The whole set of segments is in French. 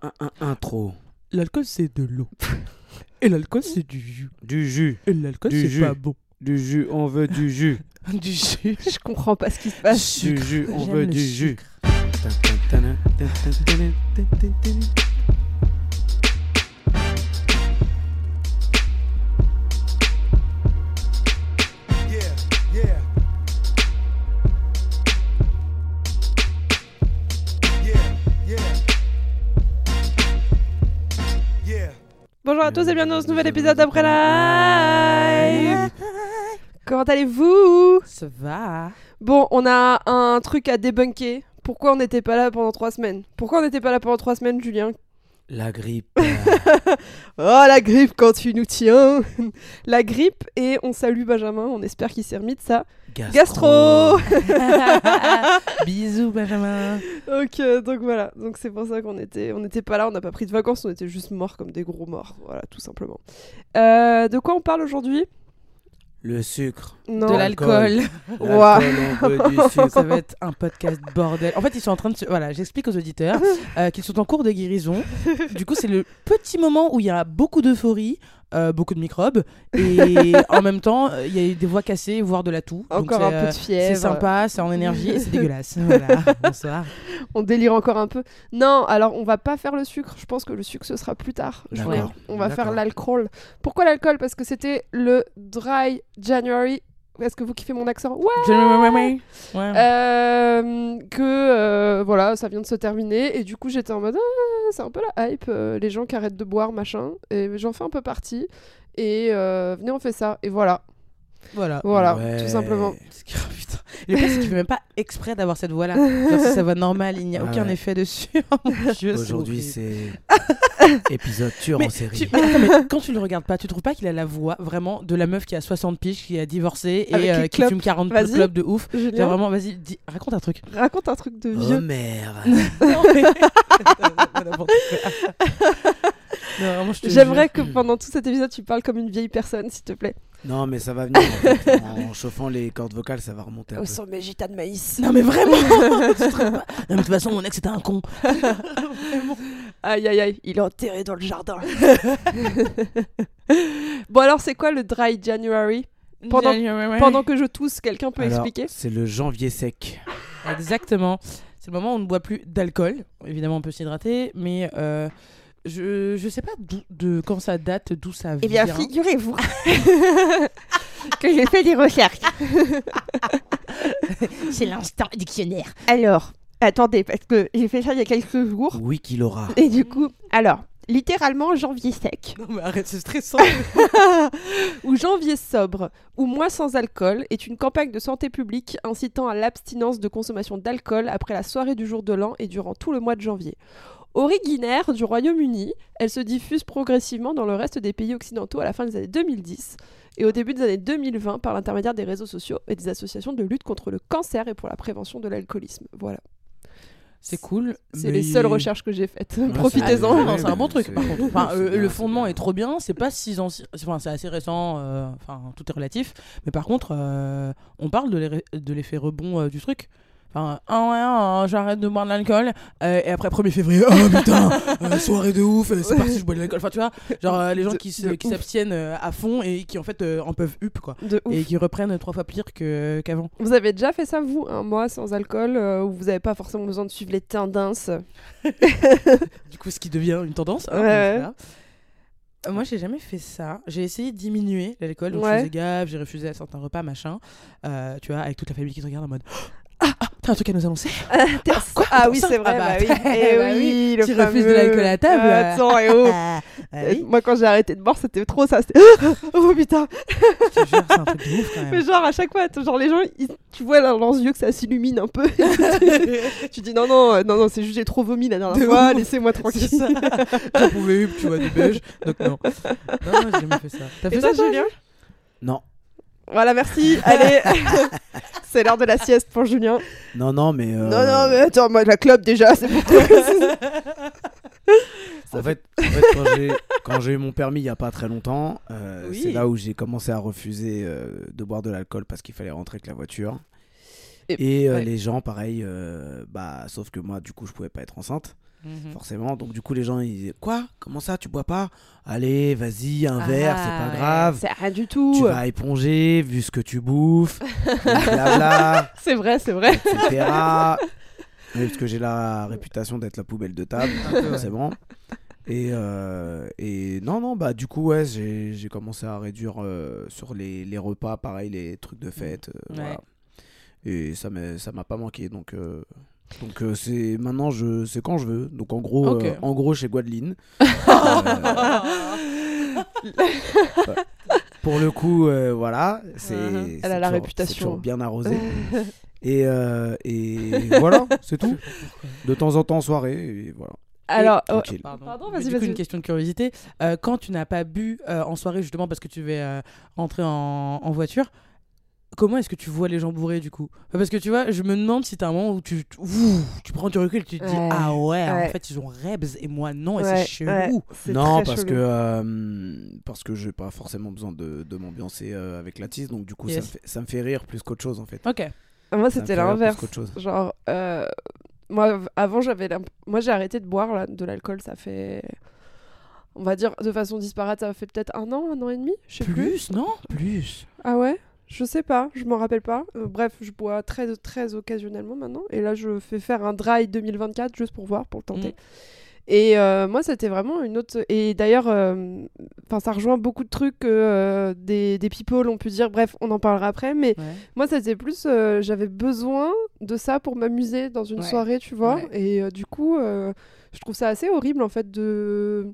Un, un- intro. L'alcool, c'est de l'eau. Et l'alcool, c'est du jus. Du jus. Et l'alcool, Du c'est jus. pas bon. Du jus. On veut du jus. Du jus. Je comprends pas ce qui se passe. du jus. On J'aime veut le du jus. sucre. Yeah, yeah. Yeah, yeah. Yeah. Bonjour à tous et bienvenue dans ce nouvel épisode d'après live. Comment allez-vous Ça va. Bon, on a un truc à débunker. Pourquoi on n'était pas là pendant trois semaines Pourquoi on n'était pas là pendant trois semaines, Julien La grippe. Oh, la grippe quand tu nous tiens La grippe, et on salue Benjamin, on espère qu'il s'est remis de ça. Gastro Bisous, Benjamin. Ok, donc voilà. Donc c'est pour ça qu'on était, on n'était pas là, on n'a pas pris de vacances, on était juste morts comme des gros morts, voilà, tout simplement. Euh, de quoi on parle aujourd'hui Le sucre. Non. De l'alcool. L'alcool, on veut du sucre. Ça va être un podcast bordel. En fait, ils sont en train de se... Voilà, j'explique aux auditeurs euh, qu'ils sont en cours de guérison. Du coup, c'est le petit moment où il y a beaucoup d'euphorie, euh, beaucoup de microbes, et en même temps, euh, il y a eu des voix cassées, voire de la toux. Donc Encore c'est, un peu euh, de fièvre. C'est sympa, c'est en énergie, et c'est dégueulasse. Voilà, bonsoir. On délire encore un peu. Non, alors on va pas faire le sucre. Je pense que le sucre ce sera plus tard. Je D'accord. pense. On va D'accord. faire l'alcool. Pourquoi l'alcool Parce que c'était le dry January. Est-ce que vous kiffez mon accent Ouais. Ouais. Euh, que euh, voilà, ça vient de se terminer et du coup j'étais en mode Ah, c'est un peu la hype, euh, les gens qui arrêtent de boire machin et j'en fais un peu partie et euh, venez on fait ça et voilà Voilà. voilà Ouais. tout simplement. Parce que- oh, putain. Le pire, c'est qu'il fait même pas exprès d'avoir cette voix-là. Genre, c'est sa voix normale, il n'y a Ah aucun ouais. effet dessus. Oh mon Dieu, c'est Aujourd'hui, horrible. c'est épisode tueur Mais en série. tu- mais attends, mais quand tu le regardes pas, tu trouves pas qu'il a la voix vraiment de la meuf qui a 60 piges, qui a divorcé et Avec les euh, qui clopes. fume 40 Vas-y. clubs de ouf Julien, Genre vraiment, vas-y, dis- raconte un truc. raconte un truc de vieux. Homère. Non, mais- N'importe quoi. Non, vraiment, je te J'aimerais jure. que pendant tout cet épisode tu parles comme une vieille personne s'il te plaît. Non, mais ça va venir. en fait. En chauffant les cordes vocales, ça va remonter un peu. mes gitas de maïs. Non, mais vraiment tu te rends pas- Non, mais de toute façon, mon ex était un con. Vraiment. Aïe aïe aïe, il est enterré dans le jardin. bon alors c'est quoi le dry January Pendant- Pendant que je tousse, quelqu'un peut Alors, expliquer C'est le janvier sec. Exactement. C'est le moment où on ne boit plus d'alcool. Évidemment, on peut s'hydrater, mais euh, je je sais pas d'où- de quand ça date, d'où ça vient. Eh bien, figurez-vous que j'ai fait des recherches. C'est l'instant dictionnaire. Alors, attendez, parce que j'ai fait ça il y a quelques jours. Oui, qu'il aura. Et du coup, alors, littéralement, janvier sec. Non mais arrête, c'est stressant. ou janvier sobre ou mois sans alcool est une campagne de santé publique incitant à l'abstinence de consommation d'alcool après la soirée du jour de l'an et durant tout le mois de janvier. Originaire du Royaume-Uni, elle se diffuse progressivement dans le reste des pays occidentaux à la fin des années 2010 et au début des années 2020 par l'intermédiaire des réseaux sociaux et des associations de lutte contre le cancer et pour la prévention de l'alcoolisme. Voilà, c'est cool. c'est mais- les seules recherches que j'ai faites. Ouais, Ah, Profitez-en. Ouais, non, c'est un mais bon truc c'est- par contre. Enfin, c'est euh, bien, le c'est fondement bien. est trop bien. C'est pas six ans. Enfin, c'est assez récent. euh, Enfin, tout est relatif. Mais par contre, euh, on parle de l'é- de l'effet rebond euh, du truc. Enfin, ah ouais, ah, j'arrête de boire de l'alcool. euh, et après 1er février, oh putain, euh, soirée de ouf, euh, c'est parti, je bois de l'alcool. Enfin, tu vois, genre euh, les gens De- qui se- de qui ouf. s'abstiennent euh, à fond et qui en fait euh, en peuvent up quoi. De ouf. Et qui reprennent trois fois pire que- qu'avant. Vous avez déjà fait ça, vous, un mois sans alcool, euh, où vous n'avez pas forcément besoin de suivre les tendances Du coup, ce qui devient une tendance. hein, Ouais, mais ouais. voilà. Euh, Moi, j'ai jamais fait ça. J'ai essayé de diminuer l'alcool. Donc, Ouais. je faisais gaffe, j'ai refusé à certains repas, machin. Euh, tu vois, avec toute la famille qui te regarde en mode Ah, ah, t'as un truc à nous annoncer Ah, quoi ah oui, Attends, c'est vrai, ah bah, bah, oui. Eh bah oui, le tu fameux... refuses de l'alcool à table. Ah, Attends, et oh. bah Et Moi, quand j'ai arrêté de boire, c'était trop ça. C'était... Oh putain Je te jure, c'est un truc de ouf quand Mais même. genre, à chaque fois, t- genre, les gens, ils- tu vois dans leurs yeux que ça s'illumine un peu. tu dis non, non, euh, non, non, c'est juste j'ai trop vomi la dernière De fois, ouf. laissez-moi C'est tranquille. ça. J'en pouvais up, tu vois, du beige. Donc, non. Non, non, j'ai jamais fait ça. T'as Et fait toi, ça, toi Julien Non, Voilà, merci. Allez, c'est l'heure de la sieste pour Julien. non, non, mais. euh, Non, non, mais attends, moi, la clope déjà, c'est pour En fait, en fait, quand j'ai- quand j'ai eu mon permis il n'y a pas très longtemps, euh, Oui. c'est là où j'ai commencé à refuser euh, de boire de l'alcool parce qu'il fallait rentrer avec la voiture. Et, Et- euh, ouais. les gens, pareil, euh, bah, sauf que moi, du coup, je pouvais pas être enceinte. Mmh. Mhm. forcément. Donc du coup, les gens ils disaient quoi Comment ça Tu bois pas Allez, vas-y, un verre, c'est Ah, pas ouais, grave. C'est rien du Tu tout. vas éponger vu ce que tu bouffes, blabla, C'est vrai, c'est vrai. etc. Oui, parce que j'ai la réputation d'être la poubelle de table, forcément. Et, euh, et non, non, bah du coup, ouais, j'ai j'ai commencé à réduire euh, sur les, les repas, pareil, les trucs de fête. euh, Ouais. voilà. Et ça m'a ça m'a pas manqué. Donc, euh, donc euh, c'est maintenant, je c'est quand je veux. Donc en gros, Ok. euh, en gros chez Guadeline. Euh, pour le coup, euh, voilà. c'est Mhm. Elle c'est a la toujours- réputation. c'est toujours bien arrosé. et, euh, et voilà, c'est tout. De temps en temps, soirée. Et voilà. Alors, euh, Tranquille. Pardon, Pardon, Mais vas-y, du coup, vas-y. une question de curiosité. Euh, quand tu n'as pas bu euh, en soirée, justement, parce que tu vas euh, entrer en, en voiture, comment est-ce que tu vois les gens bourrés, du coup Parce que tu vois, je me demande si t'as un moment où tu, tu- ouh, tu prends du recul, tu te dis Ouais, Ah ouais, en ouais. fait, ils ont Rebs et moi non, et ouais, c'est chelou. ouais, oh, c'est Non, très parce chelou. que, euh, parce que j'ai pas forcément besoin de, de m'ambiancer euh, avec la tisse, donc du coup, ça, Yes. me fait, ça me fait rire plus qu'autre chose en fait. Ok. Ça Moi, me c'était fait rire plus l'inverse. qu'autre chose. Genre, euh, moi, av- avant, j'avais l'imp- Moi, j'ai arrêté de boire là, de l'alcool, ça fait. On va dire de façon disparate, ça fait peut-être un an, un an et demi, je sais plus. Plus, non Plus. Ah ouais Je sais pas, je m'en rappelle pas. Euh, bref, je bois très, très occasionnellement maintenant. Et là, je fais faire un dry 2024 juste pour voir, pour le tenter. Mm. Et euh, moi, c'était vraiment une autre. Et d'ailleurs, euh, 'fin, ça rejoint beaucoup de trucs que euh, des, des people ont pu dire. Bref, on en parlera après. Mais Ouais. moi, c'était plus. euh, J'avais besoin de ça pour m'amuser dans une Ouais. soirée, tu vois. Ouais. Et euh, du coup, euh, je trouve ça assez horrible, en fait, de.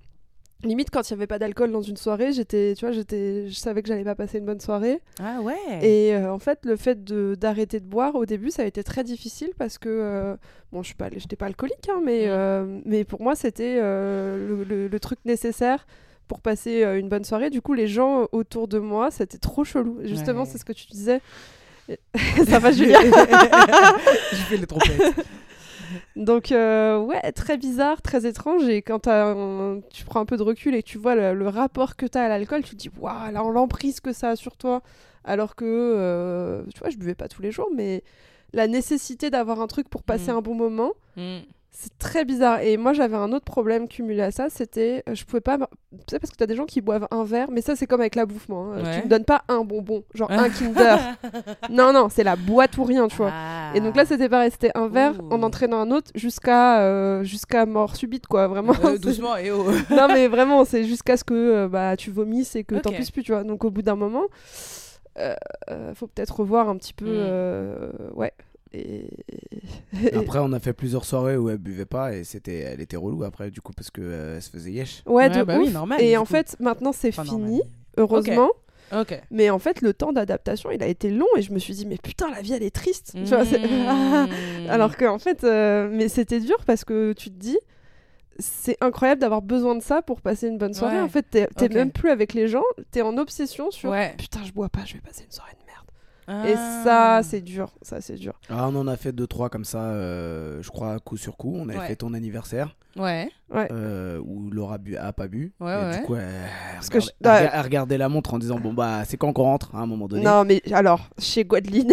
Limite, quand il n'y avait pas d'alcool dans une soirée, j'étais, tu vois, j'étais, je savais que j'allais pas passer une bonne soirée. Ah ouais Et euh, en fait, le fait de- d'arrêter de, boire au début, ça a été très difficile parce que euh, bon, je suis pas, j'étais pas alcoolique, hein, mais Mm. euh, mais pour moi, c'était euh, le, le- le truc nécessaire pour passer euh, une bonne soirée. Du coup, les gens autour de moi, c'était trop chelou. Et Justement, Ouais. c'est ce que tu disais. ça va, Julien. J'ai fait les trompettes. Donc euh, ouais, très bizarre, très étrange. Et quand t'as un- tu prends un peu de recul et que tu vois le, le rapport que t'as à l'alcool, tu te dis waouh, là on l'emprise que ça a sur toi. Alors que euh, tu vois, je buvais pas tous les jours, mais la nécessité d'avoir un truc pour passer Mhm. un bon moment, Mm. c'est très bizarre. Et moi j'avais un autre problème cumulé à ça, c'était euh, je pouvais pas. m- Tu sais parce que t'as des gens qui boivent un verre, mais ça c'est comme avec l'abouffement. hein. Ouais. Tu me donnes pas un bonbon, genre un Kinder. non non, c'est la boîte ou rien, tu vois. Et donc là, c'était pareil, c'était un verre Ah. Ouh. en entraînant un autre jusqu'à euh, jusqu'à mort subite, quoi, Euh, vraiment. C'est- doucement et oh. non, mais vraiment, c'est jusqu'à ce que euh, bah, tu vomisses et que t'en Ok. puisses plus, tu vois. Donc au bout d'un moment, euh, euh, faut peut-être revoir un petit peu. Mm. euh, ouais. Et... Après, on a fait plusieurs soirées où elle buvait pas et c'était, elle était relou après, du coup, parce que euh, elle se faisait yesh. Ouais, de Ouais, bah oui, ouf. normal, et du en coup. fait, maintenant, c'est Enfin, fini, normal. heureusement. Ok. Mais en fait, le temps d'adaptation, il a été long et je me suis dit, mais putain, la vie, elle est triste. Tu vois, c'est- Ah. Mm. Alors qu'en fait, euh, mais c'était dur parce que tu te dis, c'est incroyable d'avoir besoin de ça pour passer une bonne soirée. Ouais. En fait, t'es t'es Ok. même plus avec les gens, t'es en obsession sur Mmh. Ouais. putain, je bois pas, je vais passer une soirée de merde. Ah. Et ça, c'est dur, ça, c'est dur. Ah, on en a fait deux trois comme ça, euh, je crois coup sur coup. On avait Ouais. fait ton anniversaire Ouais. euh, où Laura bu- a pas bu. Ouais, et ouais. Du coup, elle, elle que je- regardait, elle rega- elle regardait la montre en disant bon bah c'est quand qu'on rentre hein, à un moment donné. Non, mais alors, chez Guadeline,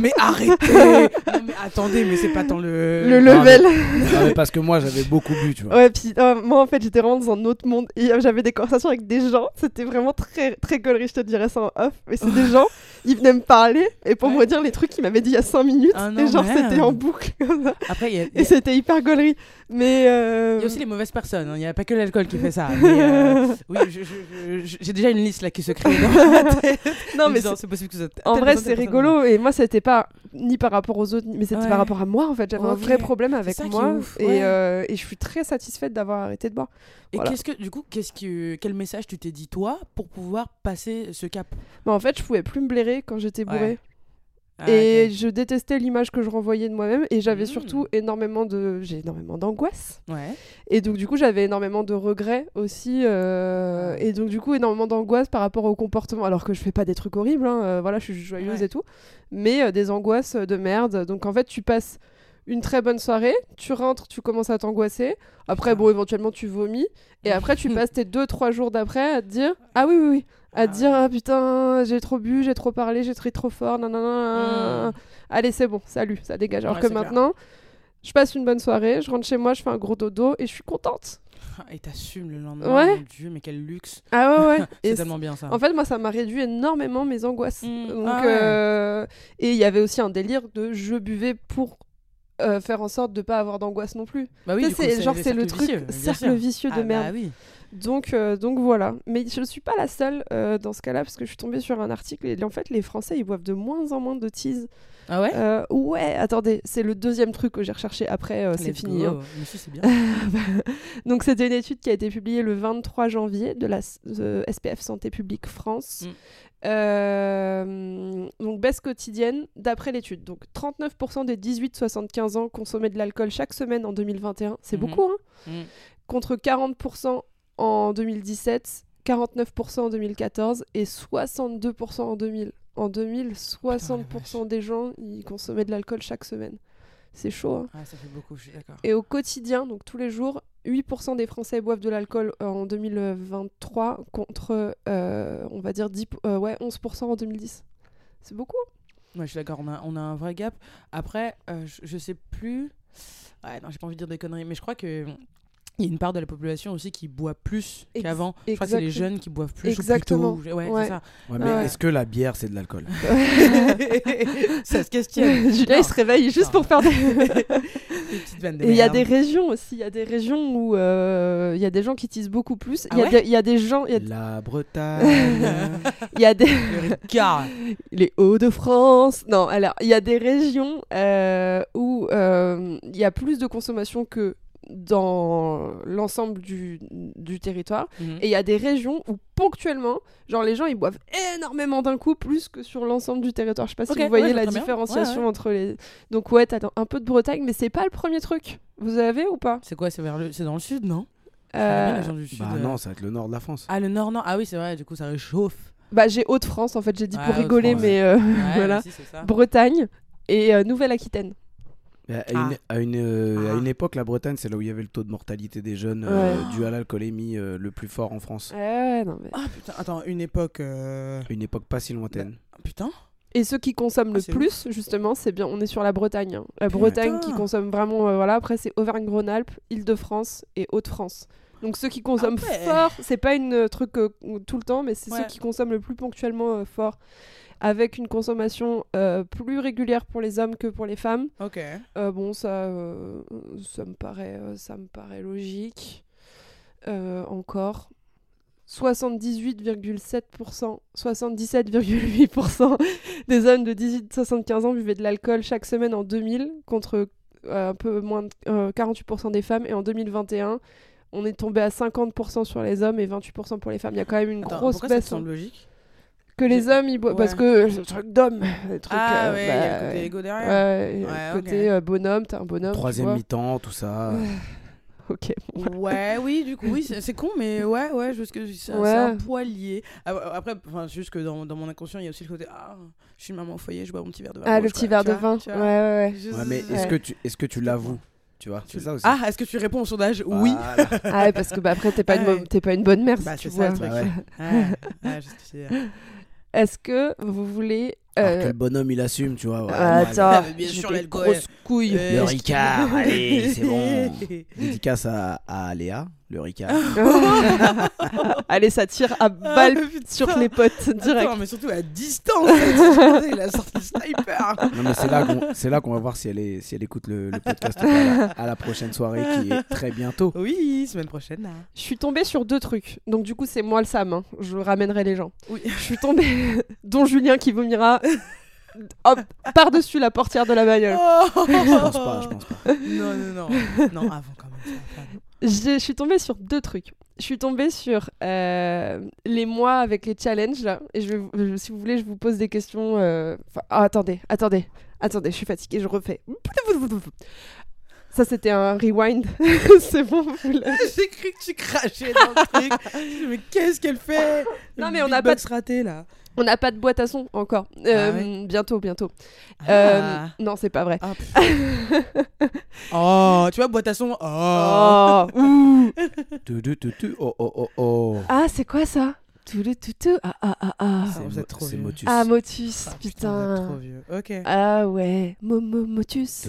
Mais arrêtez Non mais attendez, mais c'est pas tant le... le non, level. Ah, mais parce que moi j'avais beaucoup bu, tu vois. Ouais, puis euh, moi en fait j'étais vraiment dans un autre monde et euh, j'avais des conversations avec des gens, c'était vraiment très très gaulerie, je te dirais ça en off, mais c'est des gens, ils venaient me parler et pour Oh. Ouais. me dire les trucs qu'ils m'avaient dit il y a 5 minutes, Ah non, et genre c'était merde. en boucle comme ça, Après, il y, a- il y et a- c'était hyper gaulerie. Mais euh, il y a aussi les mauvaises personnes, hein, il n'y a pas que l'alcool qui fait ça. mais, euh, oui, je- je- je- j'ai déjà une liste là qui se crée dans ma tête. non, en mais disant, c'est- c'est possible que ça... en vrai c'est rigolo et moi c'était pas ni par rapport aux autres, mais c'était Ouais. par rapport à moi en fait, j'avais un Ok. vrai problème avec ça qui est moi ouf, et, ouais. euh, et je suis très satisfaite d'avoir arrêté de boire. Et Voilà. qu'est-ce que, du coup, qu'est-ce que, quel message tu t'es dit toi pour pouvoir passer ce cap Mais en fait je pouvais plus me blairer quand j'étais bourrée. Ouais. Ah, et ok. je détestais l'image que je renvoyais de moi-même et j'avais Mm. surtout énormément de j'ai énormément d'angoisse Ouais. et donc du coup j'avais énormément de regrets aussi euh, et donc du coup énormément d'angoisse par rapport au comportement alors que je fais pas des trucs horribles hein, euh, voilà je suis joyeuse Ouais. et tout mais euh, des angoisses de merde donc en fait tu passes une très bonne soirée tu rentres tu commences à t'angoisser Ah. après bon éventuellement tu vomis et après tu passes tes deux trois jours d'après à te dire ah oui oui oui à Ah te dire ah putain j'ai trop bu j'ai trop parlé j'ai trop trop fort nanana Mm. allez c'est bon, salut, ça dégage. Alors Ouais, que c'est clair. maintenant, je passe une bonne soirée, je rentre chez moi, je fais un gros dodo et je suis contente. Ah, Et t'assumes le lendemain. Ouais. Mon Dieu, mais quel luxe. Ah ouais, ouais. C'est Et tellement bien ça. En fait, moi, ça m'a réduit énormément mes angoisses. Mm, Donc, ah ouais. euh, Et il y avait aussi un délire de je buvais pour euh, faire en sorte de pas avoir d'angoisse non plus. bah oui, Tu du sais, coup, c'est genre des c'est le cercles truc vicieux, bien cercle sûr. vicieux de Ah bah merde. oui. Donc euh, donc voilà. Mais je ne suis pas la seule euh, dans ce cas-là parce que je suis tombée sur un article et en fait les Français ils boivent de moins en moins de teas. Ah ouais Euh, ouais, attendez, c'est le deuxième truc que j'ai recherché après. euh, c'est Let's fini. go. hein. Mais si, c'est bien. Donc c'était une étude qui a été publiée le 23 janvier de la S- de SPF Santé Publique France. Euh, donc baisse quotidienne d'après l'étude. Donc 39% des 18-75 ans consommaient de l'alcool chaque semaine en 2021. C'est Mhm. beaucoup, hein Mm. Contre 40% en 2017, 49% en 2014 et 62% en 2000. En 2000, 60% des gens ils consommaient de l'alcool chaque semaine. C'est chaud, hein Ah, ça fait beaucoup, je suis d'accord. et au quotidien, donc tous les jours, 8% des Français boivent de l'alcool euh, en 2023 contre, euh, on va dire, 10, euh, ouais, 11% en 2010. C'est beaucoup. hein. Moi, je suis d'accord, on a, on a un vrai gap. Après, euh, je, je sais plus. Ouais, non, j'ai pas envie de dire des conneries, mais je crois que. hum, Il y a une part de la population aussi qui boit plus Ex- qu'avant. Je crois que c'est les exactement. jeunes qui boivent plus. ou plus Exactement. tôt, ou- Ouais, Ouais. c'est ça. Ouais, mais Ouais. est-ce que la bière, c'est de l'alcool ça se questionne. Julien, Non. il se réveille juste pour faire des... Des petites vannes de Et il y a merde. des régions aussi, il y a des régions où euh, il y a des gens qui tisent beaucoup plus. Il y, a Ah des- il y a des gens, il y a- La Bretagne. Euh, il y a des... Le Ricard. les Hauts-de-France. Non, alors, il y a des régions euh, où euh, il y a plus de consommation que dans l'ensemble du, du territoire. Mhm. Et il y a des régions où, ponctuellement, genre, les gens, ils boivent énormément d'un coup, plus que sur l'ensemble du territoire. Je sais pas Ok, si vous voyez ouais, je la vois très bien. différenciation Ouais, entre les... Donc, ouais, t'as un peu de Bretagne, mais c'est pas le premier truc. Vous avez ou pas C'est quoi C'est vers le... c'est dans le sud, non Euh, Ah, les gens du sud, bah euh. non, ça va être le nord de la France. Ah, le nord, non. Ah oui, c'est vrai, du coup, ça réchauffe. Bah, j'ai Hauts-de-France, en fait, j'ai dit Ouais, pour rigoler, Hauts-de-France. mais euh, Ouais, voilà. aussi, c'est ça. Bretagne et euh, Nouvelle-Aquitaine. À Ah. à une, à une, euh, à une époque, la Bretagne, c'est là où il y avait le taux de mortalité des jeunes euh, Ouais. dû à l'alcoolémie euh, le plus fort en France. Ouais, ouais, non, mais- Ah putain, attends, une époque. euh, Une époque pas si lointaine. Putain. Et ceux qui consomment Ah, le c'est plus, justement, c'est bien, on est sur la Bretagne. hein. La Bretagne qui consomme vraiment, euh, voilà, après c'est Auvergne-Rhône-Alpes, Île-de-France et Hauts-de-France. Donc ceux qui consomment Ah ouais. fort, c'est pas une euh, truc euh, tout le temps, mais c'est Ouais. ceux qui consomment le plus ponctuellement euh, fort, avec une consommation euh, plus régulière pour les hommes que pour les femmes. Ok. Euh, bon, ça, euh, ça, me paraît, euh, ça me paraît logique. Euh, encore. 78,7%, 77,8% des hommes de 18-75 ans buvaient de l'alcool chaque semaine en 2000 contre euh, un peu moins de euh, 48% des femmes. Et en 2021, on est tombé à 50% sur les hommes et 28% pour les femmes. Il y a quand même une Attends, grosse pourquoi ça te baisse. hein. semble logique Que les hommes, ils boivent. Ouais. Parce que le truc d'homme. le truc, Ah euh, ouais, il y a le bah, côté égo derrière. Ouais, et Ouais, côté ok. euh, bonhomme, t'es un bonhomme. tu Troisième vois. mi-temps, tout ça. Ok. Ouais, oui, du coup, oui, c'est c'est con, mais ouais, ouais, je pense que c'est un- Ouais. c'est un poil lié. Ah, Après, enfin, c'est juste que dans, dans mon inconscient, il y a aussi le côté Ah, je suis une maman au foyer, je bois mon petit verre de vin. Ah, le rouge, petit quoi, verre tu de vois, vin. tu Ouais, vois. ouais, ouais. Je- Ouais, mais est-ce Ouais. que tu, est-ce que tu l'avoues Tu Bah, vois, Tu- c'est ça aussi. Ah, est-ce que tu réponds au sondage Oui. Voilà. Ah ouais, parce que bah, après, t'es pas, une Ouais. mo- t'es pas une bonne mère, Bah, si tu c'est vois. ça le truc. Bah ouais. Ouais, ouais, je sais ce que tu veux dire. Est-ce que vous voulez. Alors que euh, le bonhomme, il assume, tu vois. ouais. ah, Ah, attends, mais bien j'ai sûr, des l'alcool. grosses couilles. Euh, Le Ricard, allez, c'est bon. Dédicace à, à Léa, le Ricard. Ah. Allez, ça tire à balles Ah, putain. sur les potes direct. Attends, mais surtout à distance, il a sorti le sniper. Non, mais c'est là qu'on c'est là qu'on va voir si elle, est, si elle écoute le, le podcast ou pas, à la, à la prochaine soirée qui est très bientôt. Oui, semaine prochaine. là. Je suis tombée sur deux trucs. Donc, du coup, c'est moi le Sam. hein. Je ramènerai les gens. Oui. Je suis tombée, dont Julien qui vomira hop, par-dessus la portière de la bagnole. Je pense pas, je pense pas. Oh. Non, non, non. Non, avant quand même. ça va pas, non. J'ai- Je suis tombée sur deux trucs. Je suis tombée sur euh, les mois avec les challenges. Là, et je, vais vous- je- si vous voulez, je vous pose des questions. euh, enfin, ah, attendez, attendez, attendez, je suis fatiguée, je refais. Ça, c'était un rewind. C'est bon. vous l'avez. J'ai cru que tu crachais dans le truc. Je me dis, Mais qu'est-ce qu'elle fait Non, Le mais on n'a beatbox raté là. On n'a pas de boîte à son encore. Euh, Ah Bientôt, bientôt. Ah. Euh, non, c'est pas vrai. Ah, pff. oh, tu vois, boîte à son. Oh. Oh, ouh. Tu, tu, tu, tu, Oh, oh, oh, oh. Ah, c'est quoi ça Tout le tout tout. Ah ah ah ah. Ah, vous Mo- êtes trop c'est vieux. Motus. Ah, Motus, Ah, vous êtes trop putain. vieux. Ok. Ah ouais, Mo- Mo- Motus.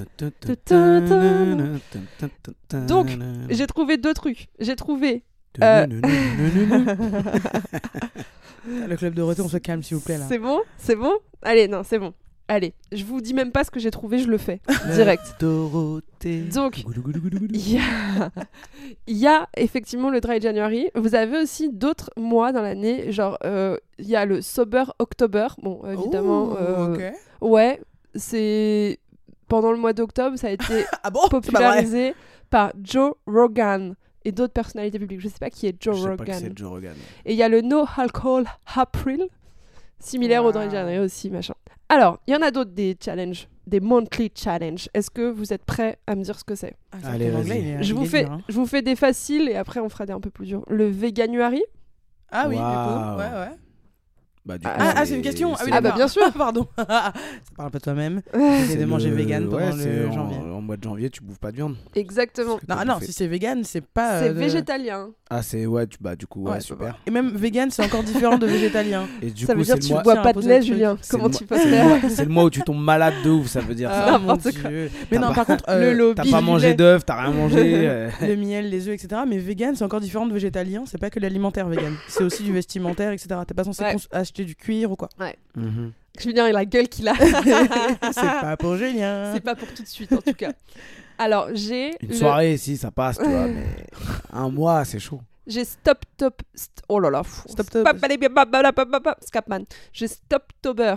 Donc, Donc, J'ai trouvé deux trucs. J'ai trouvé. euh, Le club de retour, on se calme, s'il vous plaît. Là. C'est bon C'est bon Allez, non, c'est bon. Allez, je vous dis même pas ce que j'ai trouvé, je le fais direct. Dorothée. Donc, Il y, a... il y a effectivement le Dry January. Vous avez aussi d'autres mois dans l'année, genre euh, il y a le Sober October. Bon, évidemment, Ouh, euh, Oh, ok. ouais, c'est pendant le mois d'octobre, ça a été Ah bon C'est pas vrai. popularisé par Joe Rogan et d'autres personnalités publiques. Je sais pas qui est Je Joe sais pas que Rogan. c'est Joe Rogan. Et il y a le No Alcohol April, similaire au Dry Wow. January aussi, machin. Alors, il y en a d'autres des challenges, des monthly challenges. Est-ce que vous êtes prêts à me dire ce que c'est Ah, c'est Allez, en anglais, vas-y. il est- je il vous, est fais, dur, hein. je vous fais des faciles et après on fera des un peu plus durs. Le Veganuary Ah oui, Waouh. du coup. Ouais, ouais. Bah, du coup, Ah, ah, c'est une question. Ah, oui, Ah bah, d'accord. bien sûr. Pardon. Ça parle pas de toi-même. J'essaie c'est de manger le- vegan ouais, pendant c'est le en- janvier. En mois de janvier, tu bouffes pas de viande. Exactement. Parce que Non, t'as non, bouffé- si c'est vegan, c'est pas. C'est euh, de- végétalien. Ah, c'est ouais, tu- bah du coup, ouais, Ouais, super. Et même vegan, c'est encore différent de végétalien. Et du Ça coup, veut dire c'est que le tu mois- bois Tiens, pas de posez lait, le truc. Julien. c'est Comment le tu mois- peux c'est le faire mois- C'est le mois où tu tombes malade de ouf, ça veut dire ça. Ah, mon n'importe quoi. dieu. Mais T'as non, pas- par contre, euh, Le lobby. T'as Bill pas du mangé lait. d'œufs, t'as rien mangé. euh. le miel, les œufs, etc. Mais vegan, c'est encore différent de végétalien. C'est pas que l'alimentaire vegan. C'est aussi du vestimentaire, etc. T'es pas censé Ouais. cons- acheter du cuir ou quoi. Mhm. Julien, il a la gueule qu'il a. Ah, C'est pas pour Julien. C'est pas pour tout de suite en tout cas. Alors j'ai Une le- soirée, si, ça passe, tu vois, mais un mois, c'est chaud. j'ai stop top st- oh là là fou. Stop Top. Pap- pap- pap- pap- pap- pap- pap- Scapman. J'ai stoptober.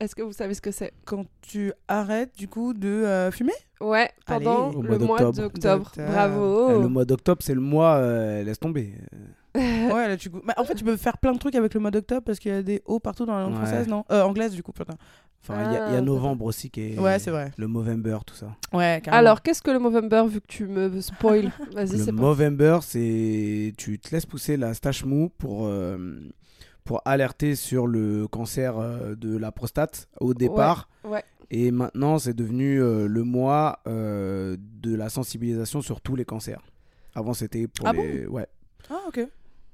Est-ce que vous savez ce que c'est Quand tu arrêtes, du coup, de euh, fumer Ouais, Allez, pendant au le mois mois d'octobre. d'octobre. D'octobre. Oh. Euh, Le Bravo. mois d'octobre, c'est le mois, euh, laisse tomber. Euh. Ouais, là, tu... go- Bah, en fait, tu peux faire plein de trucs avec le mois d'octobre parce qu'il y a des hauts partout dans la langue Ouais. française, non Euh, Anglaise, du coup, putain. Enfin, il y a- il y, Ah, a novembre aussi qui est. Ouais, c'est vrai. Le Movember, tout ça. Ouais, carrément. Alors qu'est-ce que le Movember vu que tu me spoil Vas-y, le c'est pas. Movember, c'est. Tu te laisses pousser la stache mou pour. euh, Pour alerter sur le cancer euh, de la prostate au départ. ouais. Et maintenant, c'est devenu euh, le mois euh, de la sensibilisation sur tous les cancers. Avant, c'était pour Ah les. ouais. Ah, ok.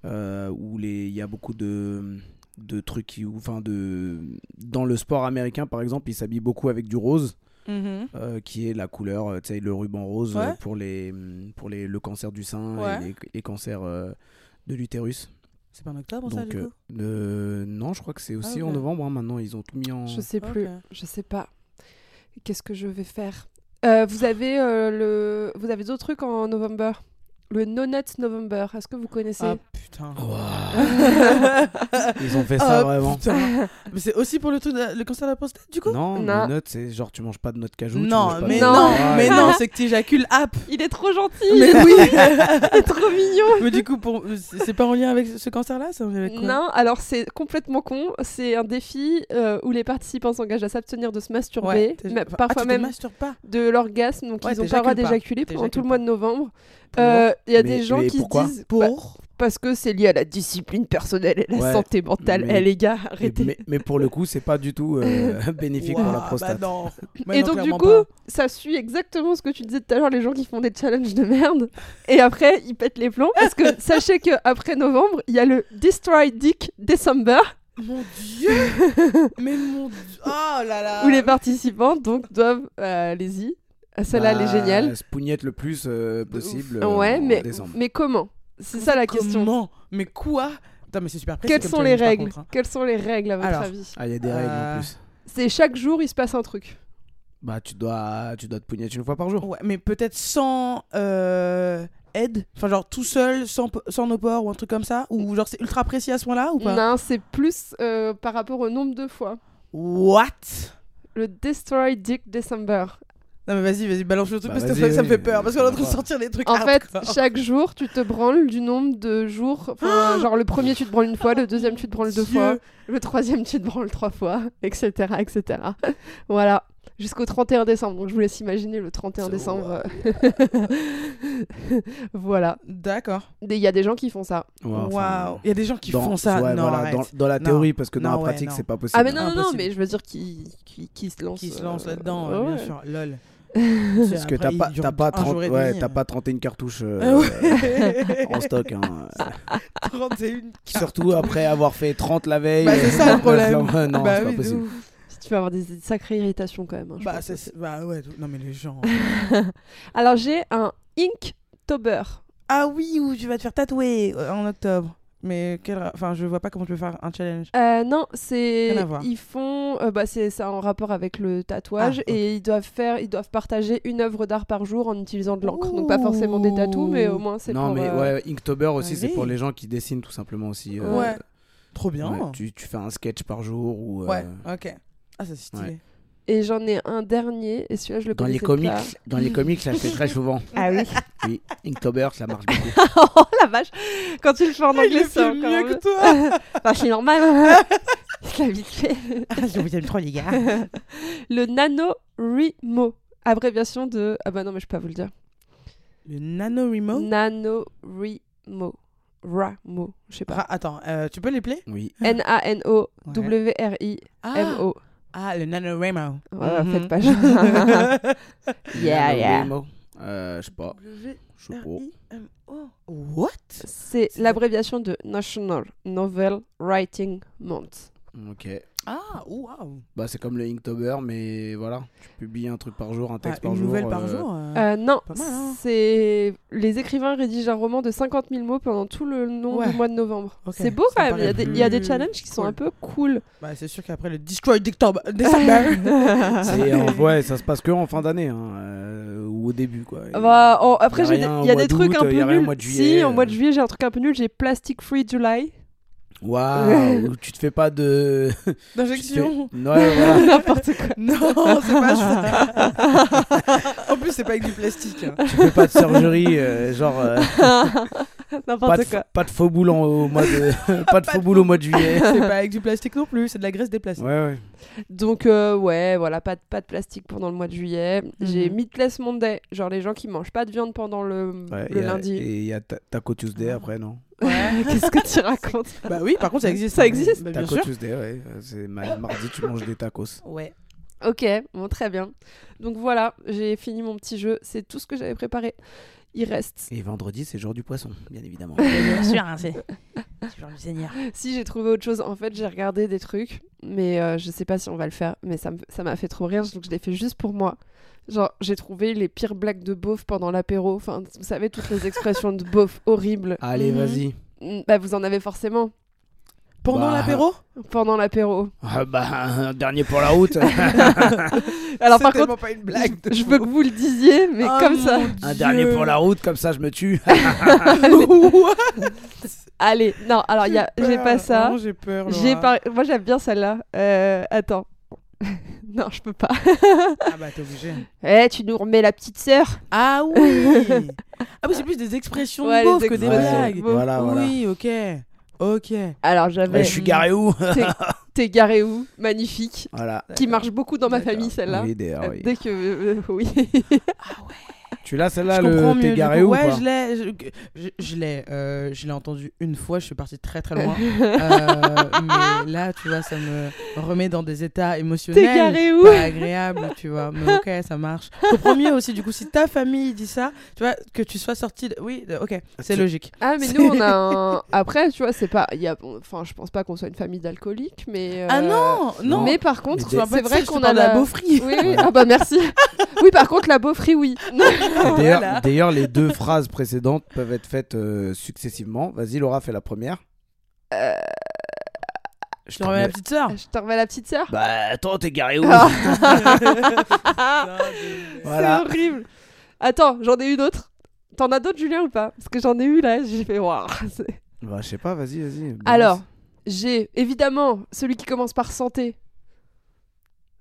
euh, où les- il y a beaucoup de, de trucs qui. ou- Enfin, de, dans le sport américain, par exemple, ils s'habillent beaucoup avec du rose, Mm-hmm. Mhm. euh, qui est la couleur, euh, tu sais, le ruban rose Ouais. euh, pour, les, pour les, le cancer du sein Ouais. et les, les cancers euh, de l'utérus. C'est pas en octobre, ça, Donc, du euh, coup Ah, euh, non, je crois que c'est aussi ok. en novembre. hein, maintenant, ils ont tout mis en. Je sais Ok. plus, je sais pas. Qu'est-ce que je vais faire Euh, Vous avez euh, le, vous avez d'autres trucs en November. Le No Nuts November. Est-ce que vous connaissez Ah, putain. Waouh. Oh, ils ont fait ça Oh, vraiment. putain. Mais c'est aussi pour le truc de- le cancer de la prostate, du coup Non, Non. non. notes, c'est genre tu manges pas de noix de cajou. tu manges Non, pas mais de- Non. non, Ouais. mais non, c'est que t'éjacules app. Il est trop gentil. Mais oui. il est trop mignon. mais du coup, pour... c'est c'est pas en lien avec ce cancer-là, ça avec quoi Non, alors c'est complètement con. C'est un défi euh, où les participants s'engagent à s'abstenir de se masturber, t'éj- mais enfin, ah, parfois tu te même masturbes pas. de l'orgasme. Donc Ouais, ils ont pas le droit t'éjacules pas. d'éjaculer pendant tout T'éjacules le mois pas. de novembre. Euh, Il y a des Mais- gens mais qui se pourquoi disent Pour. bah, parce que c'est lié à la discipline personnelle et la Ouais, santé mentale. mais- Eh, les gars, Et- arrêtez. mais, mais pour le coup, c'est pas du tout euh, bénéfique pour la Ouah, bah prostate. non. Bah Et non, donc, du clairement coup, pas. ça suit exactement ce que tu disais tout à l'heure, les gens qui font des challenges de merde. Et après, ils pètent les plombs. Parce que sachez qu'après novembre, il y a le Destroy Dick December, Mon dieu Mais mon dieu Oh là là où les participants donc doivent. euh, Allez-y. Ah, Celle-là, elle est Bah, géniale. Se pougnette le plus euh, possible euh, ouais, en mais, décembre. mais comment C'est ça la question. Comment Mais quoi Putain, mais c'est super précis. Quelles comme sont les challenge, par règles contre, hein. Quelles sont les règles, à votre Alors. avis Ah, il y a des règles Euh, en plus. C'est chaque jour, il se passe un truc. Bah, tu dois, tu dois te pougnette une fois par jour. Ouais, mais peut-être sans euh, aide Enfin, genre tout seul, sans, p- sans nos ports ou un truc comme ça Ou genre c'est ultra précis à ce point-là ou pas Non, c'est plus euh, par rapport au nombre de fois. What Le Destroy Dick December. Non mais vas-y, vas-y, balance le truc Bah, parce que vas-y, ça me fait oui, peur parce qu'on est en train de d'accord. sortir des trucs En fait, hardcore. chaque jour, tu te branles du nombre de jours. Enfin, genre le premier, tu te branles une fois, le deuxième, tu te branles deux Dieu. fois, le troisième, tu te branles trois fois, etc. etc. voilà. Jusqu'au 31 décembre. Donc, je vous laisse imaginer le 31 So, décembre. voilà. D'accord. Des- Il y a des gens qui font ça. Ouais, Waouh. enfin, Il y a des gens qui dans- font ça. ouais, non, voilà, arrête. dans, dans la Non. théorie, parce que dans Non, la ouais, pratique, Ah, non. c'est pas possible. Ah, mais non, non, non, impossible. mais je veux dire qui, qui, qui se lance. Qui se lance là-dedans, euh, euh, bien ouais. sûr. Lol. Parce que Après, t'as il pas, dure t'as pas, un 30 jour et ouais, demi, t'as euh. pas 31 cartouches euh, Ah euh, en stock. hein. Surtout Surtout après avoir fait 30 la veille. euh, Bah, c'est ça, le problème. Non, non, Bah c'est oui, pas de possible. ouf. Tu vas avoir des des sacrées irritations quand même. hein, je Bah, pense. ça, c'est- bah ouais, non mais les gens. Alors j'ai un Inktober. ah oui, ou tu vas te faire tatouer euh, en octobre. Mais quel... ra- enfin, je vois pas comment tu peux faire un challenge. Euh, non, c'est Rien à voir. ils font euh, bah c'est ça en rapport avec le tatouage Ah, ok. et ils doivent faire ils doivent partager une œuvre d'art par jour en utilisant de l'encre. Donc pas forcément des tatous mais au moins c'est Non, pour, mais euh, ouais, Inktober aussi, c'est Ah oui. pour les gens qui dessinent tout simplement aussi. euh, Ouais. Trop bien. ouais, tu, tu fais un sketch par jour ou. euh, Ouais, ok. Ah, ça, c'est stylé. ouais. Et j'en ai un dernier et celui-là je le Dans les connaissais comics, pas. dans les comics, ça se fait très souvent. Ah oui. Oui, Inktober, ça marche beaucoup. oh la vache Quand tu le fais en Ah, il anglais le c'est fait encore mieux mieux. que toi. Enfin, c'est normal. hein. Je l'habitué. Je vous aime trop, les gars. Le NaNoWriMo. Abréviation de ah bah non mais je peux pas vous le dire. Le Nano Remote. NaNoWriMo. Ramo, je sais pas. Ra- Attends, euh, tu peux l'épeler Oui. N-A-N-O-W-R-I-M-O. ah. ah, le Nano Remo. Voilà, Mhm. Mm-hmm. faites pas genre. yeah, Nano yeah. Remo, euh, je sais pas. Je sais pas. Oh. R-I-M-O. What C'est l'abréviation de National Novel Writing Month. Ok. Ah, waouh. Bah, c'est comme le Inktober, mais voilà. Tu publies un truc par jour, un texte Ah, par une jour. nouvelle par euh, jour. euh. Euh, non, Pas mal, hein. c'est les écrivains rédigent un roman de 50 000 mots pendant tout le long Ouais. du mois de novembre. Ok, C'est beau ça quand me même. Il y, a des, paraît il y a des plus challenges qui sont cool. un peu cool. Bah, c'est sûr qu'après le Destroy Dictob- December. C'est en- ouais, ça se passe que en fin d'année hein, euh, ou au début quoi. Et- Bah, en- après, Y a j'ai des- rien il y a au des mois trucs un d'août, peu y a rien au nuls. mois de juillet, si, en mois de euh. juillet, j'ai un truc un peu nul. J'ai Plastic Free July. Waouh, tu te fais pas de tu te fais- D'injection. Ouais, voilà. N'importe quoi. Non, c'est pas chouette. en plus, c'est pas avec du plastique. hein. tu fais pas de surgerie euh, genre euh, pas, de, N'importe f- quoi. pas de faux boule en- au mois de pas de faux boule au mois de juillet. C'est pas avec du plastique non plus, c'est de la graisse Ouais déplacée. ouais. Donc, euh, ouais, voilà, pas de, pas de plastique pendant le mois de juillet. J'ai Mm-hmm. Mhm. Meatless Monday, genre les gens qui mangent pas de viande pendant le, Ouais, le y a- lundi. Et il y a Ta- Taco Tuesday après non Qu'est-ce que tu racontes Bah oui, par contre, ça existe. Ça existe Bah, bien Taco sûr. Tuesday ouais, euh, c'est ma- mardi tu manges des tacos. Ouais. Ok, bon, très bien. Donc voilà, j'ai fini mon petit jeu. C'est tout ce que j'avais préparé. Il reste. Et vendredi c'est jour du poisson bien évidemment. Bien sûr, hein, c'est. C'est genre du Seigneur. Si j'ai trouvé autre chose, en fait, j'ai regardé des trucs, mais euh, je sais pas si on va le faire. Mais ça me- ça m'a fait trop rire, donc je l'ai fait juste pour moi. Genre, j'ai trouvé les pires blagues de beauf pendant l'apéro. Enfin, vous savez, toutes les expressions de beauf horribles. Allez Mhm. vas-y. Mm, Bah, vous en avez forcément Pendant Bah. l'apéro pendant l'apéro. Ah bah dernier pour la route. Alors, par C'est contre, tellement pas une blague. de je veux que vous le disiez, mais Oh comme ça. mon un Dieu. dernier pour la route comme ça je me tue. What Allez, non, alors, il y a- j'ai pas peur. ça. Vraiment, j'ai peur. J'ai Laura. par- Moi, j'aime bien celle-là. Euh, attends. non, je peux pas. Ah bah t'es obligé. Eh, tu nous remets la petite sœur. Ah oui Ah oui, c'est plus des expressions Ouais, de les beauf que des expressions Ouais, blagues. Voilà Ah, voilà. Oui, ok. Ok. Alors, Ouais, j'avais je suis garé où T'es garé où Magnifique. Voilà. Qui marche beaucoup dans ma D'accord. famille, celle-là. Oui, d'ailleurs, Euh, oui. Dès que. euh, oui. Tu l'as celle-là, je comprends le mieux. t'es du garé coup. ou ouais, pas je l'ai. Je, je- je l'ai. euh, je l'ai entendu une fois. Je suis partie très très loin. Euh, mais là, tu vois, ça me remet dans des états émotionnels. T'es garé où Pas agréable, tu vois. Mais ok, ça marche. Je comprends mieux aussi. Du coup, si ta famille dit ça, tu vois, que tu sois sorti. de- Oui, de- ok, c'est Tu- logique. Ah, mais nous, on a un. Après, tu vois, c'est pas. il Y a... Enfin, je pense pas qu'on soit une famille d'alcooliques, mais. euh, Ah non, non. Mais par contre, Mais c'est vrai qu'on a la beaufrie. Oui, oui. Ah, bah merci. oui, par contre, la beaufrie, oui. D'ailleurs, d'ailleurs, les deux phrases précédentes peuvent être faites euh, successivement. Vas-y, Laura, fais la première. Euh, Je Tu t'en remets la mets- petite sœur. je te remets la petite sœur. Bah, attends, t'es garé où Ah. Voilà. C'est horrible. Attends, j'en ai une autre. T'en as d'autres, Julien, ou pas Parce que j'en ai eu là, j'ai fait waouh. c'est- Bah, je sais pas, vas-y, vas-y. balance. Alors, j'ai évidemment celui qui commence par santé.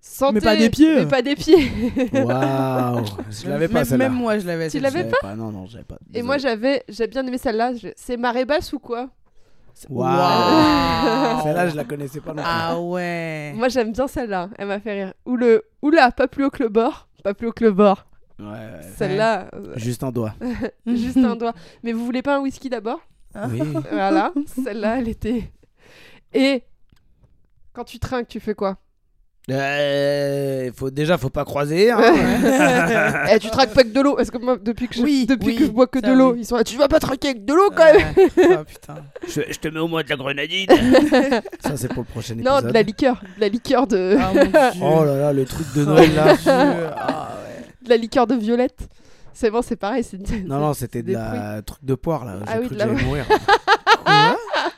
Santé. Mais pas des pieds. Mais pas des pieds. Waouh, je l'avais pas Même- celle-là. Même moi, je l'avais. Tu Je celle-là. l'avais pas, Non, non, je l'avais pas. Et moi, j'avais, j'ai bien aimé celle-là. je- C'est marée basse ou quoi Ah. Waouh. Waouh. Celle-là, je la connaissais pas non plus. Ah ouais. Moi, j'aime bien celle-là. Elle m'a fait rire. Ou le, ou là, pas plus haut que le bord. Pas plus haut que le bord. Ouais, ouais. Celle-là, euh, Juste un doigt. juste un doigt. Mais vous voulez pas un whisky d'abord Oui. Voilà, celle-là, elle était. Et quand tu trinques, tu fais quoi Euh, faut, déjà, faut pas croiser. Ah hein. Eh, tu traques pas que de l'eau. Parce que moi, depuis que je, Oui, depuis oui, que je bois que ça, de l'eau, oui. ils sont là. Tu vas pas traquer avec de l'eau quand même Ah, putain. je, je te mets au moins de la grenadine. Ça, c'est pour le prochain épisode. Non, de la liqueur. De la liqueur de, Ah, mon Dieu. Oh là là, le truc de Noël là. Ah, ouais. de la liqueur de violette. C'est bon, c'est pareil. C'est Non, non, c'était de des la truc de poire là. J'ai Ah oui, cru que de la- j'allais mourir.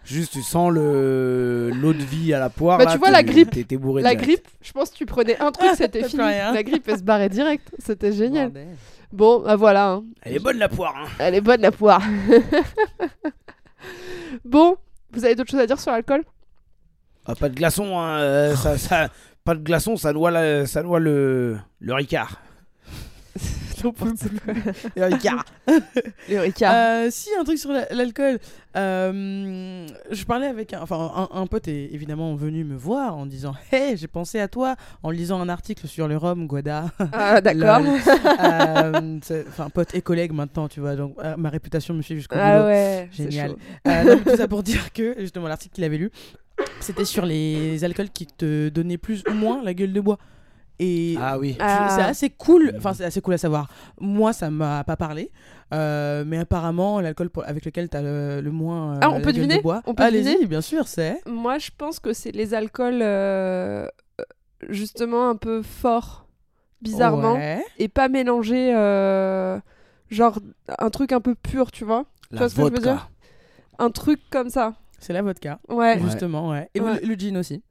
Juste, tu sens le l'eau de vie à la poire. Bah, là, tu vois la t'es- grippe. t'es- T'es bourré. La direct. grippe, je pense que tu prenais un truc, c'était T'as fini. Ah, plus rien. La grippe, elle se barrait direct. C'était génial. Bon, bah voilà. hein. Elle est bonne la poire. Hein. Elle est bonne la poire. bon, vous avez d'autres choses à dire sur l'alcool Ah, pas de glaçon. Hein, euh, ça, ça- pas de glaçon, ça noie la- ça noie le le Ricard. Le Ricard. Le Ricard. Euh, si, un truc sur la- l'alcool. Euh, je parlais avec un, enfin, un, un pote est évidemment venu me voir en disant Hey, j'ai pensé à toi en lisant un article sur le rhum, Guada. Ah, d'accord. Lol. Euh, c'est- Enfin, pote et collègue maintenant, tu vois. Donc, euh, ma réputation me suit jusqu'au boulot. Ah ouais. c'est Génial. chaud. Euh, non, mais tout ça pour dire que, justement, l'article qu'il avait lu, c'était sur les alcools qui te donnaient plus ou moins la gueule de bois. Et Ah oui. tu- Ah. c'est assez cool, enfin, c'est assez cool à savoir. Moi, ça m'a pas parlé, euh, mais apparemment, l'alcool pour- avec lequel t'as le, le moins. euh, Ah, on la peut gueule deviner de bois. On peut Allez-y, deviner bien sûr, c'est. Moi, je pense que c'est les alcools euh, justement un peu forts, bizarrement, Ouais. et pas mélangés, euh, genre un truc un peu pur, tu vois La vois ce que je veux vodka. dire Un truc comme ça. C'est la vodka. Ouais. Ouais. Justement, ouais. Et Ouais. le, le gin aussi.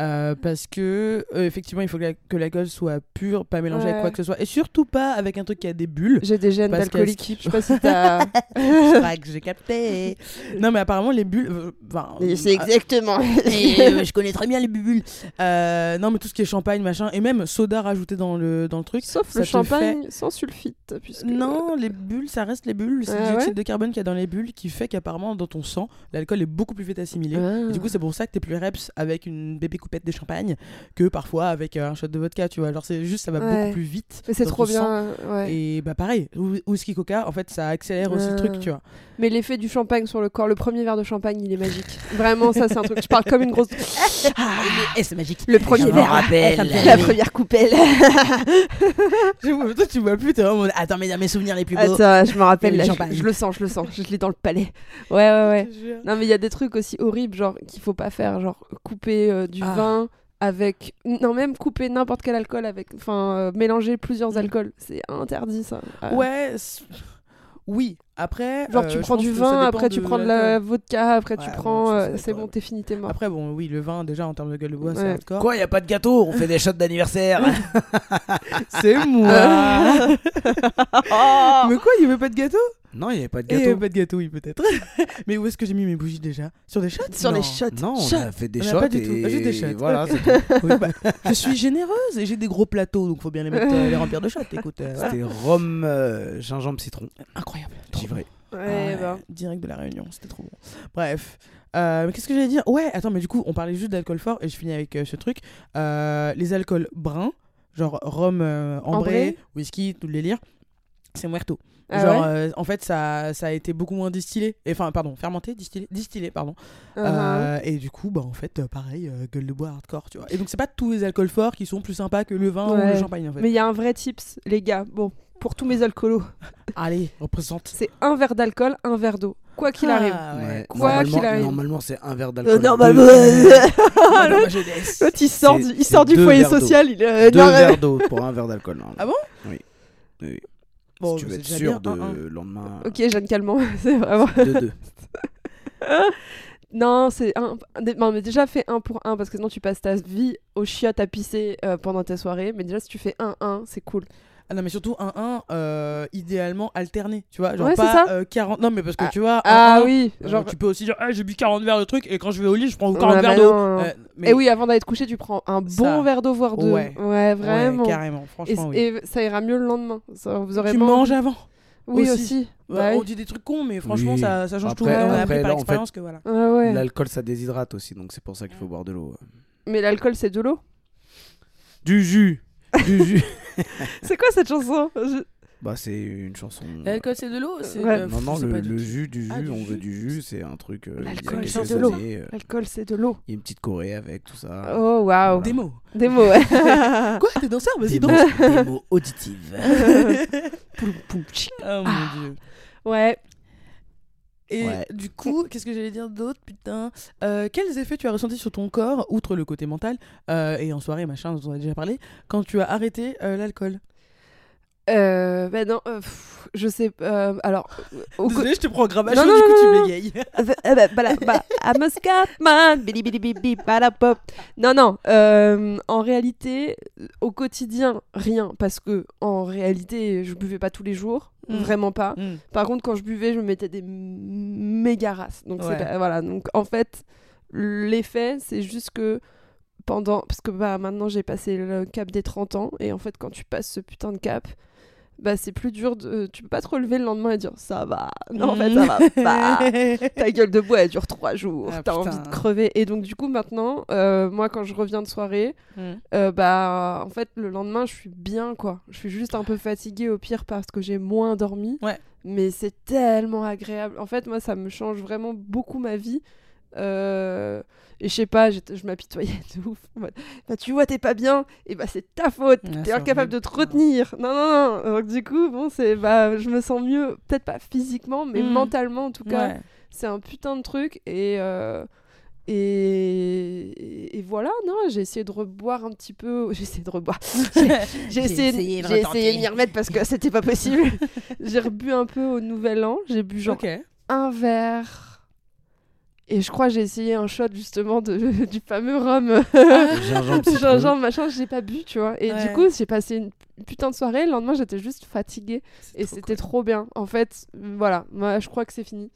Euh, parce que, euh, effectivement, il faut que la- que l'alcool soit pure, pas mélangée avec Ouais. quoi que ce soit. Et surtout pas avec un truc qui a des bulles. J'ai des gènes Parce d'alcoolique. qu'est-ce que- Je sais pas si t'as. Je crois que j'ai capté. Non, mais apparemment, les bulles. euh, enfin, euh, exactement. et, euh, je connais très bien les bulles. Euh, non, mais tout ce qui est champagne, machin, et même soda rajouté dans le, dans le truc. Sauf ça le te champagne sans sulfite. fait- Puisque... Non, les bulles, ça reste les bulles. C'est Ah le dioxyde ouais de carbone qu'il y a dans les bulles qui fait qu'apparemment, dans ton sang, l'alcool est beaucoup plus vite assimilé. Ah. Et du coup, c'est pour ça que t'es plus reps avec une bébé coupette de champagne que parfois avec euh, un shot de vodka, tu vois. Genre, c'est juste, ça va Ouais. beaucoup plus vite. Mais c'est dans trop ton sang. bien. ouais. Et bah, pareil, Whi- whisky coca, en fait, ça accélère aussi le Ah. truc, tu vois. Mais l'effet du champagne sur le corps, le premier verre de champagne, il est magique. Vraiment, ça, c'est un truc. Je parle comme une grosse. Ah. Et c'est magique. Le premier Je m'en verre. rappelle. La première coupelle. Je- Toi, tu vois plus, t'es vraiment. Attends, mais dans mes souvenirs les plus beaux. Attends, je me rappelle. Et le là, je- champagne. je, le sens, je le sens. Je l'ai dans le palais. Ouais, ouais, ouais. Je te jure. Non, mais il y a des trucs aussi horribles, genre qu'il faut pas faire, genre couper euh, du Ah. vin avec, non même couper n'importe quel alcool avec, enfin euh, mélanger plusieurs alcools, c'est interdit ça. Ah. Mm. Ouais. c'est- Oui. Après. Genre euh, tu je prends pense du que ça vin, dépend après tu prends de la vodka, après tu Ouais, prends, ouais, ça, euh, ça c'est dépend. bon t'es fini t'es mort. Après, bon, oui, le vin, déjà, en termes de gueule de bois, c'est Ouais. hardcore. Quoi, y a pas de gâteau On fait des shots d'anniversaire. C'est moi Ah. Oh. Mais quoi, il n'y avait pas de gâteau non, y avait pas de Il n'y avait gâteau. pas de gâteau, oui, peut-être. Mais où est-ce que j'ai mis mes bougies déjà Sur des shots Sur les Non. shots. Non, on Shots. a fait des On a shots pas du et... tout, juste des shots. Voilà, Ok. c'est tout. Oui, bah, je suis généreuse et j'ai des gros plateaux, donc faut bien les, mettre, euh, les remplir de shots. Écoute, euh, voilà. C'était rhum, euh, gingembre, citron, incroyable. givré. Ouais, Ah bah. ouais, Direct de la réunion, c'était trop bon. Bref. Euh, mais Qu'est-ce que j'allais dire Ouais, attends, mais du coup, on parlait juste d'alcool fort et je finis avec euh, ce truc. Euh, les alcools bruns, genre rhum euh, ambré, Ambré. whisky, tout le délire, c'est muerto. Ah genre, ouais euh, en fait, ça, ça a été beaucoup moins distillé. Et, Enfin, pardon, fermenté, distillé, distillé pardon. Uh-huh. Euh, et du coup, bah, en fait, euh, pareil, euh, gueule de bois hardcore, tu vois. Et donc, c'est pas tous les alcools forts qui sont plus sympas que le vin ou Ouais. le champagne, en fait. Mais il y a un vrai tips les gars. Bon pour tous mes alcoolos, Allez, représente. c'est un verre d'alcool, un verre d'eau, quoi qu'il arrive. Ah, ouais. Ouais. Quoi normalement, qu'il arrive. normalement, c'est un verre Euh, d'alcool. Normalement. Deux, Ah, dans ma jeunesse. L'autre, il sort C'est- du, il c'est sort du deux foyer verres d'eau. social, il est. deux non, ouais. verres d'eau pour un verre d'alcool. normalement. euh, Ah bon Oui. Oui, oui. Bon, si tu veux c'est être déjà sûr de bien, un, un. lendemain. Ok, Jeanne Calment, c'est vraiment. De deux. Non, c'est un. dé- Non, mais déjà fais un pour un parce que sinon tu passes ta vie aux chiottes à pisser euh, pendant tes soirées. Mais déjà si tu fais un un, c'est cool. Ah non, mais surtout un 1, euh, idéalement alterné, tu vois. Genre Ouais, c'est pas ça. euh, 40. Non, mais parce que Ah, tu vois. un, Ah, un, oui, euh, genre. tu peux aussi dire, Ah, j'ai bu 40 verres de truc et quand je vais au lit, je prends Ouais, 40 bah verres d'eau. non, non. Euh, mais Et eh oui, avant d'aller te coucher, tu prends un bon Ça. verre d'eau voire deux. Ouais. ouais, vraiment. carrément, et, franchement, oui. et ça ira mieux le lendemain. Ça, vous aurez Tu mangé- manges avant. Oui aussi. aussi. Bah Ouais, oui. On dit des trucs cons, mais franchement, Oui. ça, ça change tout. hein. Après- On a après, appris par là, en fait- expérience que voilà. Ouais, ouais. L'alcool, ça déshydrate aussi, donc c'est pour ça qu'il faut boire de l'eau. Mais l'alcool, c'est de l'eau. Du jus Du jus c'est quoi cette chanson Je- Bah, c'est une chanson. L'alcool, c'est de l'eau c'est- Ouais. euh, non, non, c'est le, pas du le tout. jus, du jus, Ah, du on veut jus. du jus, c'est un truc. euh, il y a L'alcool, quelques c'est de l'eau. années, euh, L'alcool, c'est de l'eau. il y a une petite chorégraphe avec tout ça. Oh, waouh. Voilà. Des mots. Des mots. Quoi T'es danseur Vas-y, Des danse. mots- des mots auditifs. Oh mon dieu. ouais. Et Ouais. du coup, qu'est-ce que j'allais dire d'autre Putain. Euh, quels effets tu as ressentis sur ton corps, outre le côté mental, euh, et en soirée, machin, dont on a déjà parlé, quand tu as arrêté euh, l'alcool Euh, ben non, euh, pff, je sais. euh, alors, au co- Désolée, je te prends grave à Non, chaud, non, du coup non, non, tu bégayes. Eh ben, bala- ba- I'm a scat man, bidi bidi bidi, bala pop. Non, non, euh, en réalité, au quotidien, rien, parce que en réalité, je buvais pas tous les jours, Mm. vraiment pas. Mm. Par contre, quand je buvais, je me mettais des m- méga races. Donc, c'est Ouais. pas- voilà, donc en fait, l'effet, c'est juste que pendant. Parce que bah, maintenant, j'ai passé le cap des 30 ans, et en fait, quand tu passes ce putain de cap. Bah, c'est plus dur, de... tu peux pas te relever le lendemain et dire ça va. Non, en fait, ça Mm. va pas ta gueule de bois, elle dure trois jours. Ah, T'as putain. envie de crever. Et donc, du coup, maintenant, euh, moi, quand je reviens de soirée, Mm. euh, bah, en fait, le lendemain, je suis bien, quoi. Je suis juste un peu fatiguée, au pire, parce que j'ai moins dormi. Ouais. Mais c'est tellement agréable. En fait, moi, ça me change vraiment beaucoup ma vie. Euh, et je sais pas, j'étais- je m'apitoyais de ouf. En mode, Bah, tu vois, t'es pas bien, et bah c'est ta faute. Ah, t'es c'est incapable horrible. de te retenir. Non, non, non. Donc, du coup, bon, c'est bah, je me sens mieux, peut-être pas physiquement, mais Mm. mentalement en tout cas. Ouais. C'est un putain de truc et, euh, et, et voilà, non, j'ai essayé de reboire un petit peu, j'ai essayé de reboire. J'ai essayé, essayé de j'ai retenter. essayé de m'y remettre parce que c'était pas possible. j'ai rebu un peu au Nouvel An, j'ai bu genre Ok. un verre. Et je crois que j'ai essayé un shot justement de, du fameux rhum Ah, Gingembre, citron. gingembre machin, j'ai pas bu, tu vois. Et Ouais. du coup, j'ai passé une putain de soirée, le lendemain j'étais juste fatiguée. C'est Et trop c'était trop bien. En fait, voilà, moi je crois que c'est fini.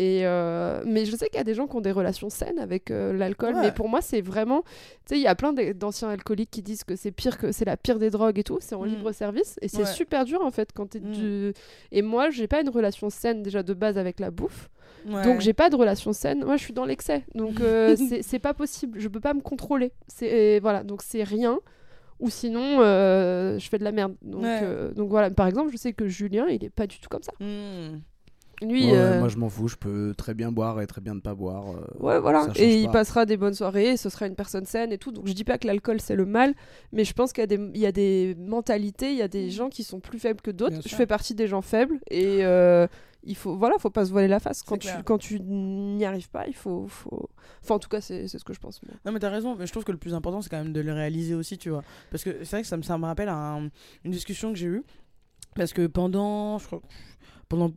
Et euh, mais je sais qu'il y a des gens qui ont des relations saines avec euh, l'alcool, Ouais. mais pour moi c'est vraiment, tu sais, il y a plein d- d'anciens alcooliques qui disent que c'est pire que c'est la pire des drogues et tout, c'est en Mm. libre service et c'est Ouais. super dur en fait quand t'es Mm. du. Et moi j'ai pas une relation saine déjà de base avec la bouffe, cool. Ouais. donc j'ai pas de relation saine. Moi je suis dans l'excès, donc euh, c'est- c'est pas possible, je peux pas me contrôler. C'est et voilà, donc c'est rien ou sinon euh, je fais de la merde. Donc, Ouais. euh, donc voilà, par exemple, je sais que Julien, il est pas du tout comme ça. Mm. Lui, Ouais, ouais, euh, Moi, je m'en fous, je peux très bien boire et très bien ne pas boire. euh, ouais, voilà, ça change et il pas. passera des bonnes soirées, et ce sera une personne saine et tout. Donc je dis pas que l'alcool c'est le mal, mais je pense qu'il y, a des- il y a des mentalités, il y a des gens qui sont plus faibles que d'autres. Mm. Bien Je sûr. fais partie des gens faibles et euh, il faut, voilà, faut pas se voiler la face quand tu, clair. quand tu n'y arrives pas. Il faut, faut- enfin en tout cas c'est c'est ce que je pense. moi. Non mais t'as raison, mais je trouve que le plus important c'est quand même de le réaliser aussi, tu vois. Parce que c'est vrai que ça me, ça me rappelle un- une discussion que j'ai eue. Parce que pendant, je crois, pendant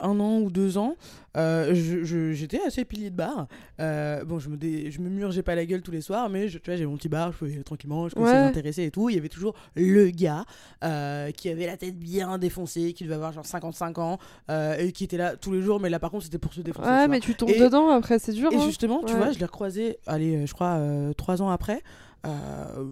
un an ou deux ans, euh, je- je- j'étais assez pilier de bar. Euh, bon, je me, dé- je me murgeais pas la gueule tous les soirs, mais je, tu vois, j'ai mon petit bar, je pouvais y aller tranquillement, je connaissais Ouais. les intéressés et tout. Il y avait toujours le gars euh, qui avait la tête bien défoncée, qui devait avoir genre 55 ans, euh, et qui était là tous les jours, mais là par contre c'était pour se défoncer. tu Ouais, vois. mais tu tombes Et- dedans après, c'est dur. Et hein. justement, tu Ouais. vois, je l'ai recroisé, allez, euh, je crois, euh, trois ans après. Euh,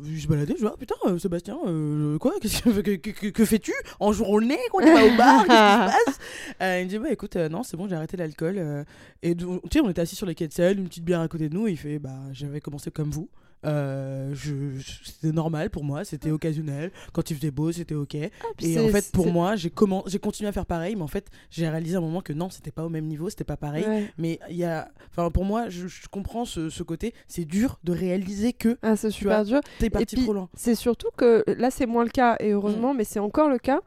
je baladais, je vois, putain, euh, Sébastien, euh, quoi, qu'est-ce que, que, que- que- que fais-tu En journée, quoi, tu vas au bar, qu'est-ce qui se passe Euh, Il me dit, bah écoute, euh, non, c'est bon, j'ai arrêté l'alcool. euh. et donc, tu sais, on était assis sur les quais de sel, une petite bière à côté de nous, et il fait, bah, j'avais commencé comme vous. Euh, je, je- c'était normal pour moi, c'était occasionnel. Quand il faisait beau, c'était ok. Mmh. Ah, Puis Et c'est- en fait, pour c'est- moi, j'ai commen- j'ai continué à faire pareil, mais en fait, j'ai réalisé à un moment que non, c'était pas au même niveau, c'était pas pareil. Ouais. Mais il y a. Enfin, pour moi, je, je comprends ce, ce côté. C'est dur de réaliser que Ah, c'est super vois, dur. t'es parti puis- trop loin. C'est surtout que là, c'est moins le cas, et heureusement, Mm. mais c'est encore le cas.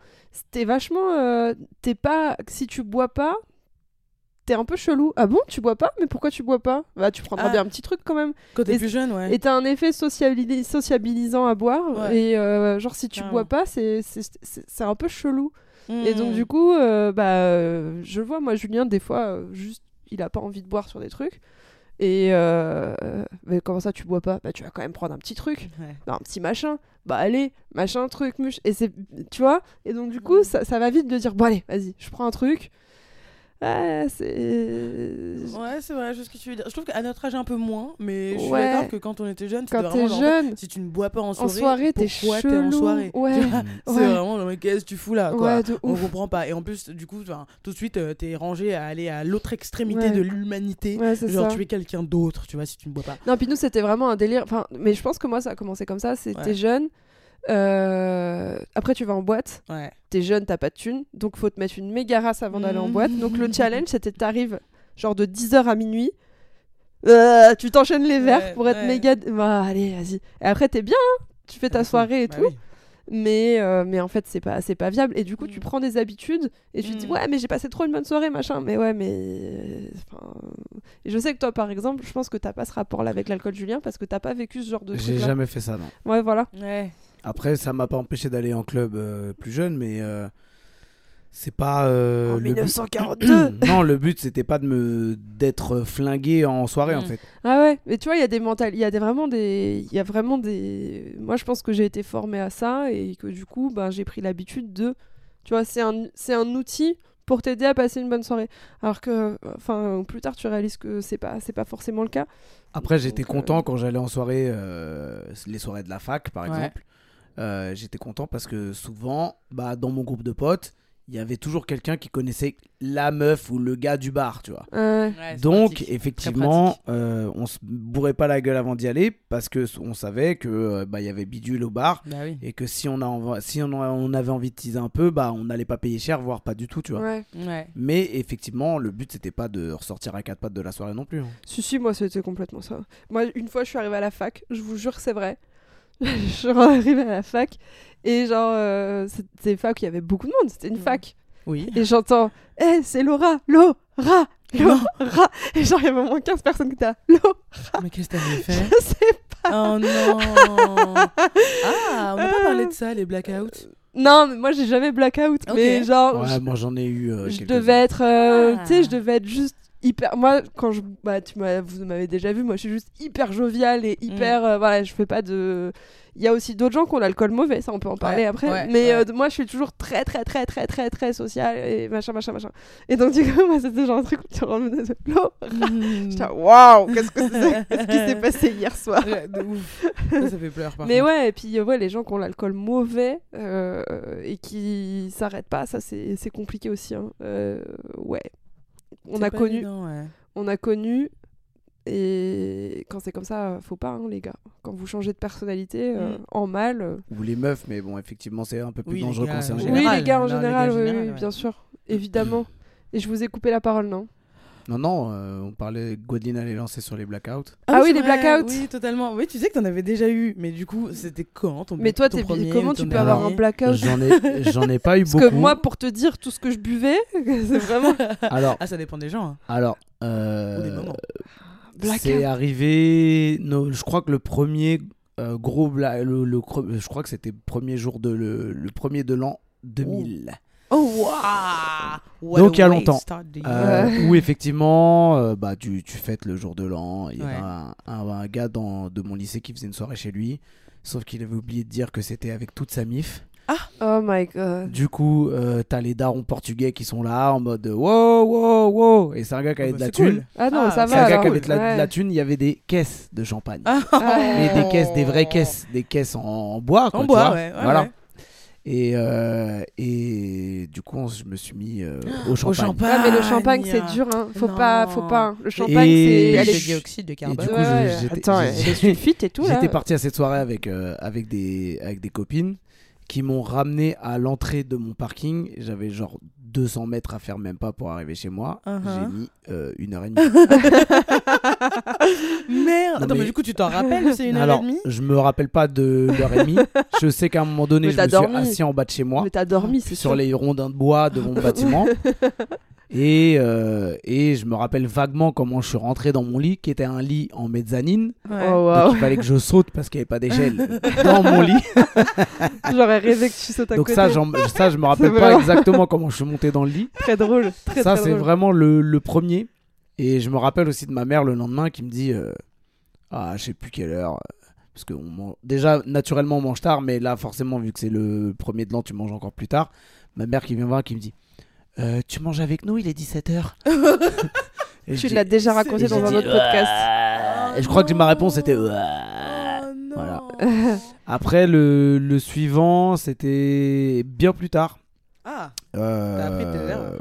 T'es vachement. euh, t'es pas. Si tu bois pas, t'es un peu chelou. Ah bon, tu bois pas Mais pourquoi tu bois pas Bah, tu Ah. prendras bien un petit truc quand même. Quand t'es Et- plus jeune, ouais. Et t'as un effet sociabili- sociabilisant à boire, Ouais. et euh, genre, si tu Carrément. bois pas, c'est c'est- c'est- c'est un peu chelou. Mmh. Et donc, du coup, euh, bah, euh, je le vois, moi, Julien, des fois, euh, juste, il a pas envie de boire sur des trucs. Et euh, euh, mais comment ça, tu bois pas Bah, tu vas quand même prendre un petit truc Ouais. un petit machin, bah allez, machin, truc, muche. Et c'est, tu vois, et donc du coup, ça, ça va vite de dire, bon allez, vas-y, je prends un truc. Ouais, c'est. Ouais, c'est vrai, je sais ce que tu veux dire. Je trouve qu'à notre âge, un peu moins, mais je suis Ouais. d'accord que quand on était jeune, c'était Quand vraiment. t'es genre, en fait, jeune, si tu ne bois pas en en soirée, soirée, t'es pourquoi chelou. t'es en soirée Ouais, Hmm. C'est ouais. vraiment, genre, mais qu'est-ce que tu fous là quoi ouais, de On ouf. comprend pas. Et en plus, du coup, enfin, tout de suite, euh, t'es rangé à aller à l'autre extrémité Ouais. de l'humanité. Ouais, c'est Genre, ça. tu es quelqu'un d'autre, tu vois, si tu ne bois pas. Non, puis nous, c'était vraiment un délire. Enfin, mais je pense que moi, ça a commencé comme ça. C'était Ouais. jeune. Euh, Après, tu vas en boîte. Ouais. T'es jeune, t'as pas de thunes. Donc, faut te mettre une méga race avant d'aller en boîte. Donc, Mmh. le challenge, c'était t'arrives genre de 10h à minuit. Euh, tu t'enchaînes les verres Ouais, pour être ouais. méga. Bah, allez, vas-y. Et après, t'es bien. hein. tu fais ta soirée et Bah tout. oui. mais, euh, mais en fait c'est pas c'est pas viable et du coup tu Mm. prends des habitudes et tu te dis Mm. ouais mais j'ai passé trop une bonne soirée machin mais ouais mais euh, enfin, et je sais que toi par exemple je pense que t'as pas ce rapport là avec l'alcool Julien parce que t'as pas vécu ce genre de J'ai truc jamais fait ça, non. ouais voilà Ouais. Après, ça m'a pas empêché d'aller en club euh, plus jeune, mais euh, c'est pas euh, en le but. 1942 non, le but c'était pas de me d'être flingué en soirée en Mm. fait. ah ouais mais tu vois il y a des mentales il y a des, vraiment des il y a vraiment des moi je pense que j'ai été formée à ça et que du coup ben j'ai pris l'habitude de tu vois c'est un c'est un outil pour t'aider à passer une bonne soirée alors que enfin plus tard tu réalises que c'est pas c'est pas forcément le cas Après, j'étais Donc, euh, content quand j'allais en soirée, euh, les soirées de la fac par Ouais. exemple. Euh, j'étais content parce que souvent, bah, dans mon groupe de potes, il y avait toujours quelqu'un qui connaissait la meuf ou le gars du bar, tu vois. Ouais. Donc effectivement, euh, on se bourrait pas la gueule avant d'y aller parce que s- on savait que euh, bah il y avait bidule au bar Bah oui. et que si on a envo- si on, a- on avait envie de teaser un peu, bah on n'allait pas payer cher, voire pas du tout, tu vois. ouais. Ouais. Mais effectivement, le but c'était pas de ressortir à quatre pattes de la soirée non plus. hein. Si, si, moi c'était complètement ça. Moi, une fois, je suis arrivée à la fac, je vous jure, c'est vrai. je suis arrivée à la fac et genre, euh, c'était une fac où il y avait beaucoup de monde, c'était une Mhm. fac. Oui. Et j'entends, hé, c'est Laura, Laura, Laura. Et genre, il y avait au moins 15 personnes qui étaient là, Laura, Ah, Mais qu'est-ce que t'avais fait je sais Oh non Ah, on n'a pas parlé de ça, les blackouts. Non, mais moi, j'ai jamais blackout, Ok. mais genre, Ouais, Oh, je- moi j'en ai eu. euh, je quelques-uns. devais être euh, tu sais je Ah. devais être juste hyper moi quand je bah tu m'as vous m'avez déjà vu moi je suis juste hyper joviale Mm. et hyper euh, voilà je fais pas de il y a aussi d'autres gens qui ont l'alcool mauvais ça on peut en parler après ouais, mais ouais. euh, moi je suis toujours très très très très très très sociale et machin machin machin et donc du coup moi c'était genre un truc où tu revenais de l'eau J'étais Mm. là, waouh qu'est-ce que Euh, c'est qu'est-ce qui s'est passé hier soir Ouais, de ouf. Ça, ça fait pleurer par mais contre. ouais, et puis euh, ouais, les gens qui ont l'alcool mauvais euh, et qui s'arrêtent pas, ça c'est c'est compliqué aussi. hein. Euh, ouais. On C'est a pas connu, évident, ouais. on a connu, et quand c'est comme ça, euh, faut pas, hein, les gars. Quand vous changez de personnalité euh, Mm. en mal. euh, Ou les meufs, mais bon, effectivement, c'est un peu plus Oui, les dangereux gars, quand c'est un oui. général. oui, les gars en non, les général, gars en oui, général, oui, ouais. bien sûr, évidemment. Et je vous ai coupé la parole, non Non, non, euh, on parlait. Gwendolyn allait lancer sur les blackouts. Ah oui, c'est les vrai, blackouts. Oui, totalement. Oui, tu sais que t'en avais déjà eu, mais du coup, c'était quand ton Mais toi, ton t'es- premier ou comment ton tu peux avoir un dernier blackout J'en ai, j'en ai pas eu Parce beaucoup. que moi, pour te dire tout ce que je buvais, c'est vraiment Alors, Ah, ça dépend des gens. hein, alors. ou des Euh, moments. C'est blackout. arrivé. non, je crois que le premier euh, gros bla- le, le cre- je crois que c'était le premier jour de le, le premier de l'an 2000. Oh, waouh What Donc, a il y a way to longtemps. start the year. Euh, Où effectivement, euh, bah tu, tu fêtes le jour de l'an. Il y Ouais. avait un, un- un gars dans, de mon lycée qui faisait une soirée chez lui. Sauf qu'il avait oublié de dire que c'était avec toute sa mif. Oh my god. Du coup, euh, t'as les darons portugais qui sont là en mode wow, wow, wow. Et c'est un gars qui Oh, avait bah, de la c'est thune. cool. Ah non, Ah, ça C'est va. un gars alors. qui avait de la, de Ouais. la thune. Il y avait des caisses de champagne. Ah. Mais des caisses, des vraies caisses, des caisses en, en bois. quoi, Euh. En tu bois, vois. ouais. ouais, voilà. ouais. Et, euh, et du coup, on- je me suis mis euh, au champagne. Au champagne. Ah, Ouais, mais le champagne, c'est dur. Hein. Faut pas, faut pas. hein. Le champagne, c'est. Et elle Le est je- dioxyde de Et du carbone. coup, Ouais, je- ouais. j'étais- Attends, j'ai- elle est sulfite et tout là. j'étais parti à cette soirée avec, euh, avec, des, avec des copines qui m'ont ramené à l'entrée de mon parking. J'avais genre 200 mètres à faire, même pas pour arriver chez moi. Uh-huh. J'ai mis euh, une heure et demie. Merde Non, Attends, mais mais- du coup, tu t'en rappelles, c'est une heure et Alors, demie je me rappelle pas de l'heure et demie. Je sais qu'à un moment donné, Mais je t'as me suis dormi. assis en bas de chez moi. Mais t'as dormi, c'est sur sûr. les rondins de bois de mon bâtiment. Et, euh, et je me rappelle vaguement comment je suis rentré dans mon lit, qui était un lit en mezzanine. Oh Donc waouh. il fallait que je saute parce qu'il n'y avait pas d'échelle dans mon lit. J'aurais rêvé que tu sautes à Donc côté. ça, j'en- ça je me rappelle C'est pas vraiment- exactement comment je suis monté dans le lit. Très drôle. Très, ça, très c'est drôle. vraiment le, le premier. Et je me rappelle aussi de ma mère le lendemain qui me dit euh, Ah, je sais plus quelle heure. euh, Parce que on mange- déjà, naturellement, on mange tard, mais là, forcément, vu que c'est le premier de l'an, tu manges encore plus tard. Ma mère qui vient me voir qui me dit Euh, Tu manges avec nous, il est 17h. Tu l'as déjà raconté dans un autre podcast. Et je crois que ma réponse était Ouah. Oh non Voilà. Après, le, le suivant, c'était bien plus tard. Ah Euh, appris tout à l'heure.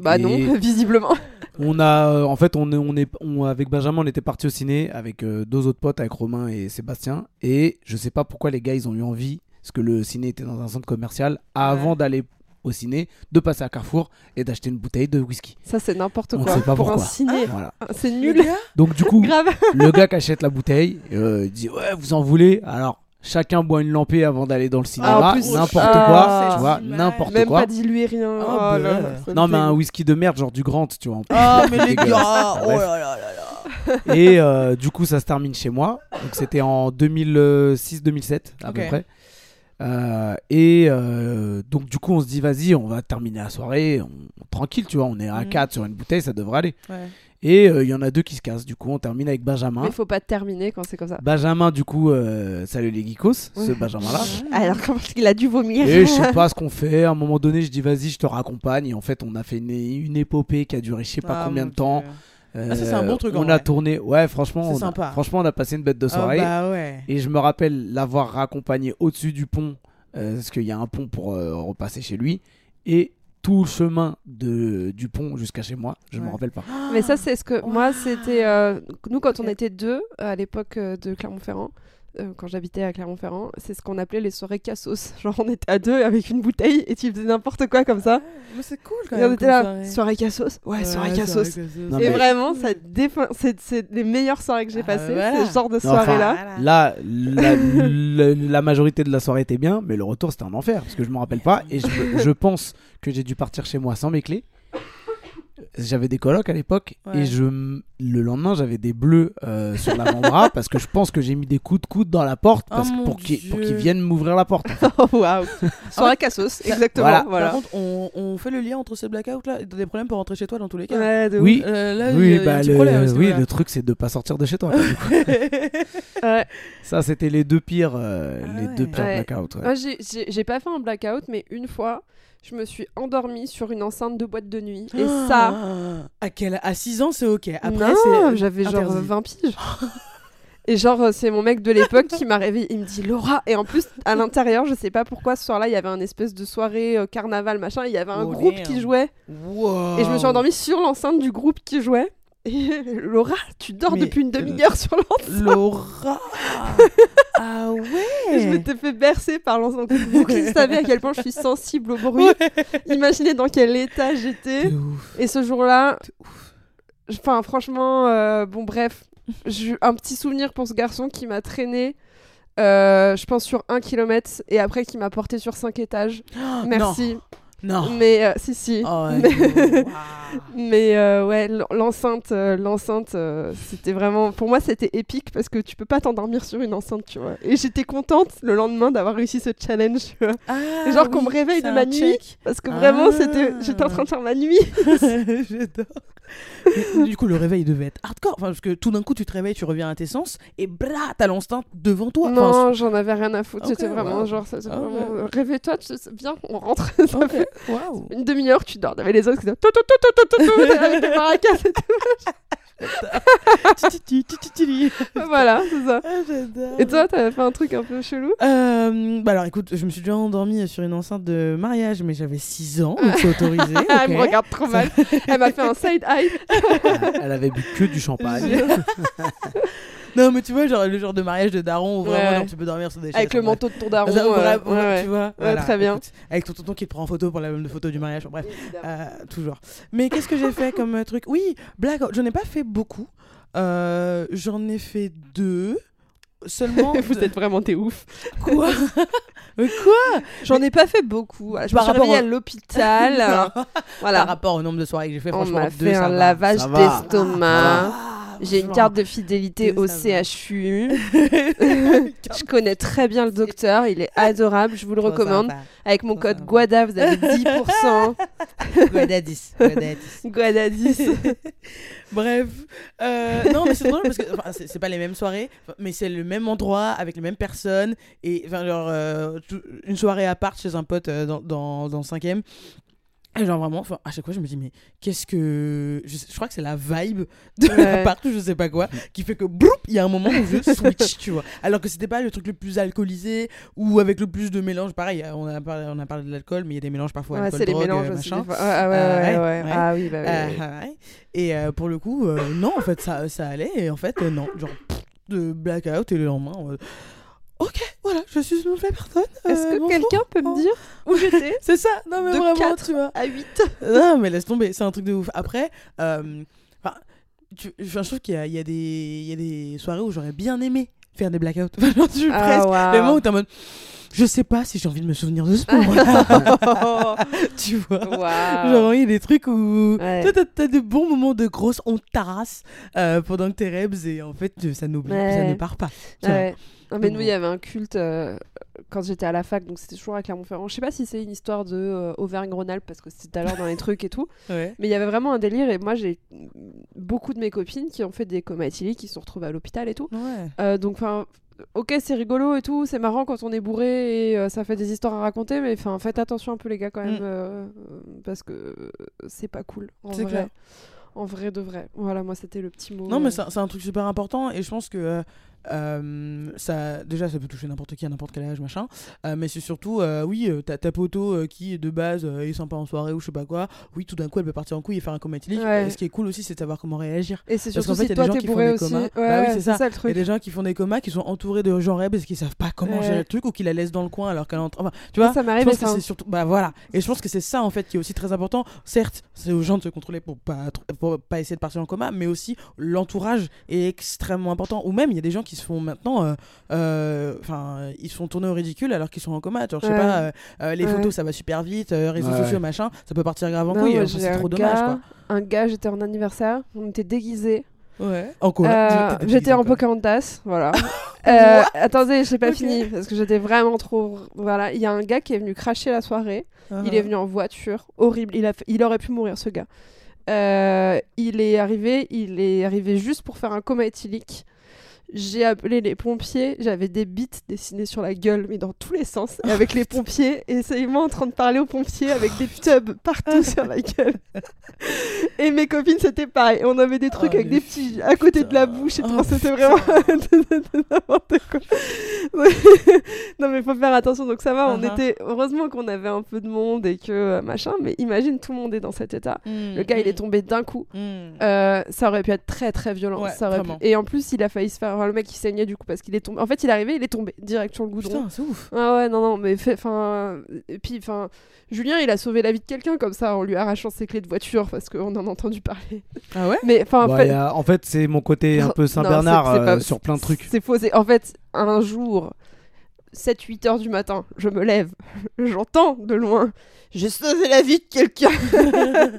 Bah non, Et- visiblement. On a, euh, en fait, on est, on est, on- avec Benjamin, on était parti au ciné avec euh, deux autres potes, avec Romain et Sébastien. Et je sais pas pourquoi les gars, ils ont eu envie parce que le ciné était dans un centre commercial, avant d'aller au ciné, de passer à Carrefour et d'acheter une bouteille de whisky. Ça, c'est n'importe On quoi. sait pas Pour un pourquoi. Ah. ciné, Voilà. c'est nul. Donc du coup, Grave. le gars qui achète la bouteille, euh, il dit ouais, vous en voulez Alors chacun boit une lampée avant d'aller dans le Ah, en cinéma, plus, n'importe ah, quoi, cette tu vois, image. n'importe Même quoi. Ah, pas dilué, rien. Oh, Oh bah. là là, ça me Non mais un dégoûte. whisky de merde, genre du Grant, tu vois. en plus. Ah, mais les Dégueulasse. gars, oh Bref. là là là là. Et euh, du coup, ça se termine chez moi. Donc c'était en 2006-2007 à Ok. peu près. Euh, et euh, donc du coup, on se dit vas-y, on va terminer la soirée on- tranquille, tu vois. On est à Mhm. 4 sur une bouteille, ça devrait aller. Ouais. Et euh, il y en a deux qui se cassent. Du coup, on termine avec Benjamin. Mais faut pas terminer quand c'est comme ça. Benjamin, du coup, euh, salut les geekos, ce Ouais. Benjamin-là. Alors, comment il a dû vomir Et je sais pas ce qu'on fait. À un moment donné, je dis vas-y, je te raccompagne. Et en fait, on a fait une, une épopée qui a duré je sais pas Ah, combien de mon temps. Dieu. Euh, Ah, ça, c'est un bon truc, en On a vrai. tourné. Ouais, franchement, C'est on a- sympa. franchement, on a passé une bête de Ah, soirée. bah ouais. Et je me rappelle l'avoir raccompagné au-dessus du pont, euh, parce qu'il y a un pont pour euh, repasser chez lui. Et tout le chemin de, du pont jusqu'à chez moi, je me Ouais. Ah. rappelle pas. Mais ça, c'est ce que Waouh. moi, c'était. euh, nous, quand on Ok. était deux, euh, à l'époque euh, de Clermont-Ferrand, euh, quand j'habitais à Clermont-Ferrand, c'est ce qu'on appelait les soirées cassos. Genre, on était à deux avec une bouteille et tu faisais n'importe quoi comme ça. Mais c'est cool quand Et on même. était là, soirée cassos Ouais, soirée cassos. Non, Et mais- vraiment, ça défin... c'est c'est les meilleures soirées que j'ai Ah, passées, voilà. ce genre de Non, enfin, soirée-là. Là, la, la- la majorité de la soirée était bien, mais le retour c'était un enfer parce que je me rappelle pas et je, me- je pense que j'ai dû partir chez moi sans mes clés. J'avais des colocs à l'époque Ouais. et je m- le lendemain j'avais des bleus euh, sur l'avant-bras parce que je pense que j'ai mis des coups de coude dans la porte Oh parce que mon pour qu'ils pour Dieu. qu'ils viennent m'ouvrir la porte. Oh, waouh Soirée cassos, exactement. Voilà. Voilà. Par contre, on, on fait le lien entre ces blackouts là et t'as des problèmes pour rentrer chez toi dans tous les cas. Ouais, de ouf. Oui. Euh, là, il y oui, a- il y a bah, un petit le, problème à ce oui, niveau-là. le truc c'est de pas sortir de chez toi. quoi, du coup. Ouais. Ça c'était les deux pires euh, Ah les ouais. deux pires Ouais. blackouts. ouais. Moi, j'ai- j'ai j'ai pas fait un blackout, mais une fois, je me suis endormie sur une enceinte de boîte de nuit. Et ça, Ah, à quel à 6 ans c'est ok. Après non, c'est euh, j'avais genre interdit. 20 piges. Et genre, euh, c'est mon mec de l'époque qui m'a réveillée. Il me dit Laura. Et en plus, à l'intérieur, je sais pas pourquoi, ce soir-là, il y avait un espèce de soirée euh, carnaval, machin. Il y avait un Oh, groupe damn. qui jouait. Et je Oh. me suis endormie sur l'enceinte du groupe qui jouait. Et Laura, tu dors Mais, depuis une demi-heure sur l'enceinte. Laura. ah Et Je ouais. m'étais fait bercer par l'enceinte. Vous qui savez à quel point je suis sensible au bruit. Imaginez dans quel état j'étais. De ouf. Et ce jour-là, je- enfin franchement, euh, bon bref, j'ai eu un petit souvenir pour ce garçon qui m'a traîné. euh, je pense sur un kilomètre et après qui m'a porté sur cinq étages. Merci. Non. Mais euh, si si. Oh, mais Dieu. Waouh. mais, euh, ouais, l- l'enceinte, euh, l'enceinte, euh, c'était vraiment. Pour moi, c'était épique parce que tu peux pas t'endormir sur une enceinte, tu vois. Et j'étais contente le lendemain d'avoir réussi ce challenge, tu vois. Ah, Et genre qu'on me oui, réveille c'est de un ma nuit. check. Parce que vraiment, Ah. c'était, j'étais en train de faire ma nuit. J'adore. Mais du coup, le réveil devait être hardcore. Enfin, parce que tout d'un coup, tu te réveilles, tu reviens à tes sens, et bla, t'as l'instinct devant toi. Enfin, Non, j'en avais rien à foutre. Ok, C'était vraiment wow. genre, ça- c'est Ah vraiment, ouais. euh, réveille-toi, tu- viens, on rentre. ça Ok, fait Waouh. une demi-heure, tu dors. T'avais les autres qui disaient tout, tout, tout, tout, tout, tout, tout, avec des maracas. et tout. Ti, ti, ti, ti, ti, ti. voilà, c'est ça. Ah, J'adore. Et toi, t'avais fait un truc un peu chelou Euh, bah alors écoute, je me suis déjà endormie sur une enceinte de mariage, mais j'avais 6 ans, donc c'est autorisé. ok. Ah, Elle me regarde trop mal. Elle m'a fait un side-eye. Elle avait bu que du champagne. non, mais tu vois, genre le genre de mariage de daron où vraiment Ouais. genre, tu peux dormir sur des chaises. Avec le comme manteau de ton daron. Ça, euh, voilà, ouais, voilà, ouais. tu vois, voilà, très bien. écoute, avec ton tonton qui te prend en photo pour la même photo du mariage, enfin, bref, euh, toujours. Mais qu'est-ce que j'ai fait comme euh, truc Oui, blackout, j'en ai pas fait beaucoup. Euh, j'en ai fait deux. Seulement. Vous êtes vraiment des ouf. quoi Mais Quoi J'en ai pas fait beaucoup. voilà. Je me Par suis rapport réveillée à au- l'hôpital. Par voilà. rapport au nombre de soirées que j'ai fait, On franchement, m'a deux, fait ça un va. lavage ça va. d'estomac. Ah, J'ai une franchement. carte de fidélité Deux, au ça va. CHU. Carte Je connais très bien le docteur, il est adorable, je vous le trop recommande. sympa. Avec mon trop code sympa. GUADA, vous avez 10%. Godadis, Godadis. GUADA 10. Bref, euh, non mais c'est drôle parce que enfin, c'est c'est pas les mêmes soirées, mais c'est le même endroit avec les mêmes personnes et enfin genre euh, tout- une soirée à part chez un pote euh, dans dans dans le cinquième. Et genre vraiment, enfin, à chaque fois je me dis mais qu'est-ce que je, sais- je crois que c'est la vibe de Ouais. la partout je sais pas quoi qui fait que broup, il y a un moment où je switch tu vois. Alors que c'était pas le truc le plus alcoolisé ou avec le plus de mélange. Pareil, euh, on a parlé on a parlé de l'alcool, mais il y a des mélanges parfois. Ouais, alcool, Ah, c'est les drogue, euh, mélanges aussi. machin. des fois. Ah, ouais, Euh, ouais, ouais, ouais. ouais. Ah oui, bah oui, Ah, oui. ah, ouais. Et euh, pour le coup, euh, non, en fait, ça, ça allait. Et en fait, euh, non. Genre, pff, de blackout et le lendemain. on va- Ok, voilà, je suis une nouvelle personne. Est-ce euh, que bonjour. quelqu'un peut me dire où j'étais C'est ça, non mais De vraiment, quatre tu vois. à 8 Non, mais laisse tomber, c'est un truc de ouf. Après, euh, enfin, tu- enfin, je trouve qu'il y a, il y, a des- il y a des soirées où j'aurais bien aimé faire des blackouts. Enfin, genre, tu Ah, presque. Le moment où t'es en mode, je sais pas si j'ai envie de me souvenir de ce Oh. moment tu vois. Genre, il y a des trucs où Ouais. toi, t'as, t'as de bons moments de grosse on tarasse euh, pendant que t'es rebs et en fait, ça n'oublie, ça Ouais. ne part pas. tu vois. Ouais. Non, mais nous, Donc, il y avait un culte euh, quand j'étais à la fac, donc c'était toujours à Clermont-Ferrand. Je sais pas si c'est une histoire de euh, Auvergne-Rhône-Alpes parce que c'était tout à l'heure dans les trucs et tout, Ouais. mais il y avait vraiment un délire. Et moi, j'ai beaucoup de mes copines qui ont fait des comas éthyliques, qui se sont retrouvées à l'hôpital et tout. Ouais. Euh, donc, enfin, ok, c'est rigolo et tout, c'est marrant quand on est bourré et euh, ça fait des histoires à raconter, mais enfin, faites attention un peu, les gars, quand même, Mm. euh, euh, parce que euh, c'est pas cool. en C'est vrai. clair. En vrai de vrai. Voilà, moi, c'était le petit mot. Non, mais euh, c'est un- c'est un truc super important et je pense que euh, euh, ça, déjà, ça peut toucher n'importe qui à n'importe quel âge, machin. Euh, mais c'est surtout, euh, oui, euh, t'as ta poteau euh, qui de base euh, est sympa en soirée ou je sais pas quoi. Oui, tout d'un coup, elle peut partir en couille et faire un coma éthylique. Ouais. Et Ce qui est cool aussi, c'est de savoir comment réagir. Et c'est Parce surtout qu'en fait, si y a des toi gens t'es qui font bourré des aussi. comas. Ouais, Bah oui, ouais, c'est c'est ça. ça. Il y a le truc. des gens qui font des comas qui sont entourés de gens rêves parce qu'ils savent pas comment Ouais. gérer le truc ou qu'ils la laissent dans le coin alors qu'elle est en train. Enfin, tu Moi, vois, ça je m'arrive, mais pense que c'est un- c'est surtout. Bah voilà. Et je pense que c'est ça en fait qui est aussi très important. Certes, c'est aux gens de se contrôler pour pas, tr- pour pas essayer de partir en coma, mais aussi l'entourage est extrêmement important. Ou même, il y a des gens qui se font maintenant. euh, euh, Enfin, ils se font tourner au ridicule alors qu'ils sont en coma. Genre, je sais Ouais. pas, euh, euh, les Ouais. photos ça va super vite, euh, réseaux Ouais. sociaux, machin, ça peut partir grave en Non, couille. moi, Enfin, j'ai c'est trop un dommage gars- Un gars, j'étais en anniversaire, on était déguisés. quoi. Ouais. En quoi Euh, Dis- hein. t'étais j'étais déguisée en quoi Pocahontas, voilà. Euh, What attendez, j'ai pas Ok. fini parce que j'étais vraiment trop. Voilà, il y a un gars qui est venu cracher la soirée. Il est venu en voiture, horrible. Il, a fait- il aurait pu mourir, ce gars. Euh, il est arrivé, il est arrivé juste pour faire un coma éthylique. J'ai appelé les pompiers, j'avais des bites dessinées sur la gueule, mais dans tous les sens, et avec les pompiers, et c'est moi en train de parler aux pompiers avec des tubs partout sur la gueule. et mes copines, c'était pareil. On avait des trucs Oh, avec les des petits à côté de la bouche, et Oh, tout. c'était putain. vraiment n'importe quoi. non mais faut faire attention donc ça va on Uh-huh. était heureusement qu'on avait un peu de monde et que euh, machin mais imagine tout le monde est dans cet état Ah. le gars il est tombé d'un coup Euh, ça aurait pu être très très violent Ouais, ça aurait pu- vraiment. et en plus il a failli se faire enfin, le mec il saignait du coup parce qu'il est tombé en fait il est arrivé il est tombé direct sur le goudron Putain, c'est ouf. Ah ouais non non mais fait enfin et puis enfin Julien il a sauvé la vie de quelqu'un comme ça en lui arrachant ses clés de voiture parce qu'on en a entendu parler Ah ouais mais enfin Bah, fait- y a- En fait, c'est mon côté un peu Non, Saint-Bernard c'est- c'est pas- euh, sur plein de trucs. C'est faux. c'est- En fait, un jour, 7-8 heures du matin, je me lève, j'entends de loin. J'ai sauvé la vie de quelqu'un.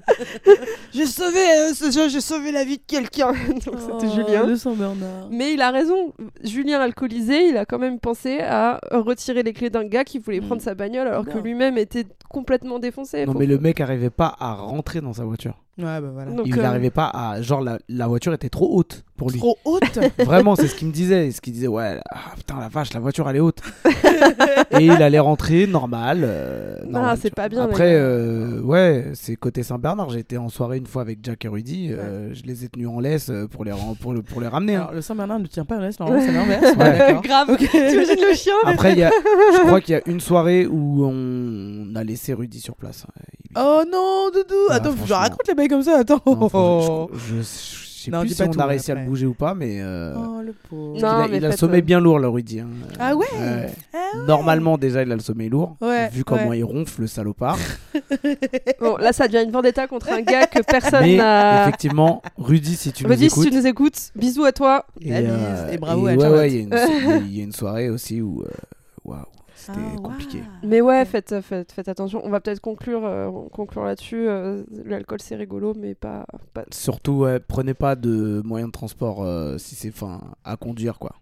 j'ai sauvé, euh, ce- j'ai- j'ai sauvé la vie de quelqu'un. Donc c'était Oh. Julien. Le Saint-Bernard. Mais il a raison. Julien alcoolisé, il a quand même pensé à retirer les clés d'un gars qui voulait prendre sa bagnole alors que Bien. lui-même était complètement défoncé. Non, Faut- mais le mec arrivait pas à rentrer dans sa voiture. Ouais, bah voilà. Donc, il euh, arrivait pas à. Genre, la, la voiture était trop haute pour lui. Trop haute Vraiment, c'est ce qu'il me disait. Ce qu'il disait, ouais, ah, putain, la vache, la voiture, elle est haute. et il allait rentrer normal. euh, Non, normal, Ah, c'est tu pas vois. bien, les Après, gars. euh, ouais, c'est côté Saint-Bernard. J'étais en soirée une fois avec Jack et Rudy. euh, je les ai tenus en laisse euh, pour les, ren- pour le, pour les ramener. hein. Alors, le Saint-Bernard ne tient pas la laisse, normalement, c'est l'inverse. Ouais, d'accord. Grave. Ok. T'imagines le chien mais- Après, il y a, je crois qu'il y a une soirée où on a laissé Rudy sur place. hein. Il- Oh non, Doudou Ah, Attends, faut que je franchement. raconte les mecs comme ça, attends Non, franchement, je, je- je sais Oh, Non, plus dis si pas on tout, a réussi à après. le bouger ou pas, mais euh, Oh, le pauvre. Non, il a, mais il a le faites, sommeil euh, bien lourd, le Rudy. hein. Ah ouais, Ouais. Ah Normalement, déjà, il a le sommeil lourd. Ouais, vu comment ouais. il ronfle, le salopard. Bon, là, ça devient une vendetta contre un gars que personne mais n'a. effectivement, Rudy, si tu Rudy, nous si écoutes. tu nous écoutes, bisous à toi. La bise, et bravo à euh, ouais, Charlotte. ouais, il y, a une- il y a une soirée aussi où. euh, Waouh, c'était Ah, compliqué. waouh. Mais ouais, faites, euh, faites, faites attention. On va peut-être conclure, euh, conclure là-dessus. euh, L'alcool, c'est rigolo, mais pas. pas- Surtout, ouais, prenez pas de moyens de transport euh, si c'est fin à conduire quoi.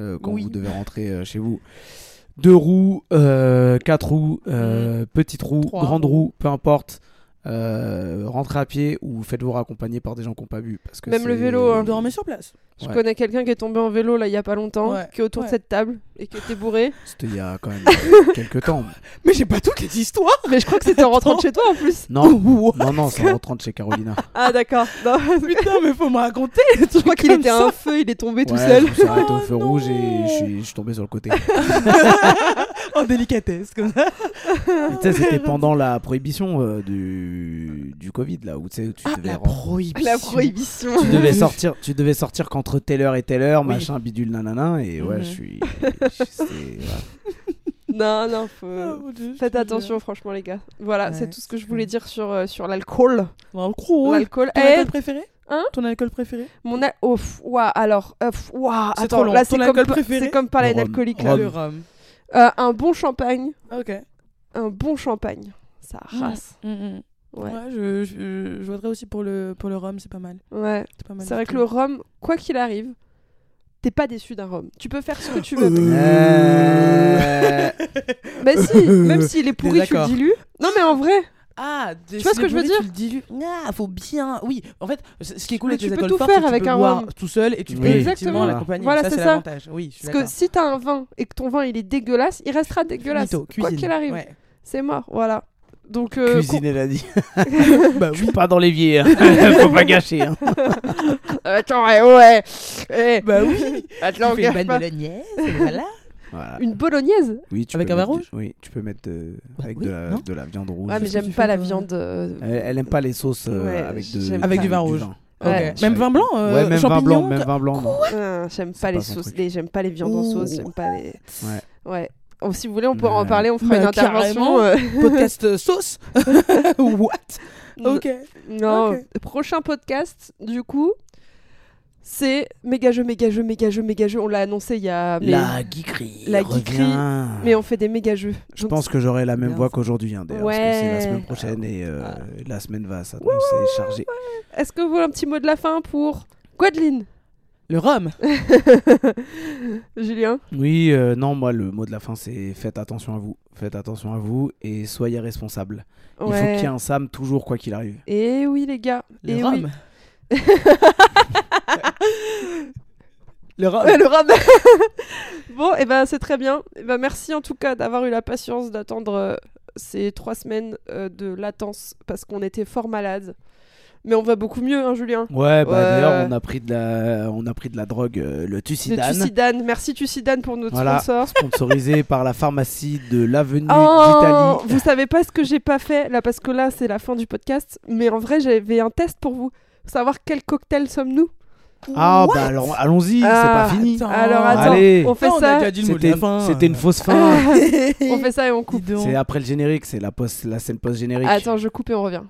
Euh, quand Oui. vous devez rentrer euh, chez vous. Deux roues, euh, quatre roues, euh, petite roue, Mm. Trois grande roues. roue, peu importe. Euh, rentrez à pied ou faites-vous raccompagner par des gens qui n'ont pas bu. Parce que Même le c'est- vélo, hein. Dormez sur place. Je Ouais. connais quelqu'un qui est tombé en vélo là il y a pas longtemps, Ouais, qui est autour ouais. de cette table et qui était bourré. C'était il y a quand même quelques temps. Mais j'ai pas toutes les histoires mais je crois que c'était en rentrant de Attends. chez toi en plus. Non, Wow. non, non, c'est en rentrant de chez Carolina. Ah d'accord. Non, Putain, mais faut me raconter je crois qu'il comme était à ça. un feu, il est tombé tout Ouais, seul. Je me suis arrêté au Oh feu rouge et non. je suis, je suis tombé sur le côté. En Oh, délicatesse, comme ça. Mais tu sais, c'était pendant la prohibition euh, du, du Covid, là, où tu sais, Ah, tu devais rentrer. prohibition. La prohibition. tu devais sortir tu devais sortir qu'entre telle heure et telle heure Oui. machin bidule nanana et ouais Mhm. je suis C'est- voilà. Non, non, Oh, faut... faites attention, franchement, les gars. Voilà, Ouais, c'est tout ce que je c'est voulais dire sur, euh, sur l'alcool. En gros, L'alcool. ton Eh, alcool préféré Hein Ton alcool préféré mon al- oh, pff, ouah, alors, euh, pff, ouah, C'est attends, trop long. là, Ton c'est comme, alcool pa- préféré c'est comme parler à Le un rhum. alcoolique. là. Rhum. Le rhum. Euh, un bon champagne, Ok. Mm, un bon champagne, ça Mmh. race. Ouais, Ouais, je, je, je voterais aussi pour le, pour le rhum, c'est pas mal. ouais. C'est pas mal C'est du vrai que tout. le rhum, quoi qu'il arrive, t'es pas déçu d'un rhum. Tu peux faire ce que tu veux. Euh, Mais si, même s'il est pourri, tu le Désaccord. dilues. Non, mais en vrai, Ah, tu vois ce que je veux dire Tu le dis, ah, faut bien. Oui, en fait, c- ce qui est cool Mais avec tu les peux alcools tout forts, faire c'est que avec tu peux un boire rhum. tout seul et tu peux Oui. effectivement Exactement. l'accompagner. Voilà, ça, c'est c'est ça. l'avantage. Oui, je suis parce que d'accord. si t'as un vin et que ton vin il est dégueulasse, il restera dégueulasse. Mytho, quoi cuisine. qu'il arrive, Ouais. c'est mort. Voilà. Donc, euh, Cuisine, elle a dit. bah Je oui. suis pas dans l'évier. hein. Faut pas gâcher. hein. euh, Attends, ouais, ouais. Eh, Bah oui. attends, Tu fais une gâche bonne pas. bolognaise, et voilà. Voilà. Une bolognaise Oui, tu Avec peux un vin mettre rouge du- Oui, tu peux mettre de- Bah avec oui, de, la, non de la viande rouge. Ouais, mais sais j'aime que tu pas fais la pas- viande. euh, Elle, elle aime pas les sauces euh, Ouais, avec, de- j'aime Avec du vin rouge. vin. Ouais. Ok. Même vin blanc euh, ouais, même vin champignons, blanc, même vin blanc. non. euh, j'aime C'est pas pas les son sauces, truc. les- j'aime pas les viandes en sauce, j'aime pas les. Ouais. Ouais. Oh, si vous voulez, on pourra en Ouais. parler, on fera Bah, une intervention. carrément. euh, podcast euh, sauce. What Ok. Non, Ok. prochain podcast, du coup, c'est méga jeu, méga jeu, méga jeu, méga jeu. On l'a annoncé il y a. Mais, geekerie. La geekerie, revient. mais on fait des méga jeux. Je pense que j'aurai la même Bien. voix qu'aujourd'hui, hein, d'ailleurs, parce que c'est la Ouais. Ah. semaine prochaine et euh, la semaine va s'annoncer chargée. Est-ce que vous voulez un petit mot de la fin pour Gwendoline Le rhum. Julien Oui, euh, non, moi, le mot de la fin, c'est faites attention à vous. Faites attention à vous et soyez responsables. Il faut qu'il y ait un Sam toujours, quoi qu'il arrive. Et oui, les gars. Le Eh rhum. oui. le Ah rhum. bah, Ouais, le rhum. bon, et ben c'est très bien. Eh ben, merci en tout cas d'avoir eu la patience d'attendre euh, ces trois semaines euh, de latence parce qu'on était fort malade. Mais on va beaucoup mieux, hein, Julien. Ouais, bah Ouais. d'ailleurs, on a pris de la, on a pris de la drogue, euh, le C'est Tucidane, Tucidane. Merci Tucidane pour notre Voilà. sponsor. sponsorisé par la pharmacie de l'avenue Oh, d'Italie. vous savez pas ce que j'ai pas fait là parce que là c'est la fin du podcast. Mais en vrai j'avais un test pour vous, Pour savoir quel cocktail sommes-nous. Ah, What bah alors, allons-y, Ah, c'est pas fini. attends. Alors attends, Allez, on fait Oh. Non, on a ça, déjà dit le mot de c'était la fin, c'était une euh. fausse Ah. fin. on fait ça et on coupe. Dis donc. C'est après le générique, c'est la, post, la scène post-générique. Attends, je coupe et on revient.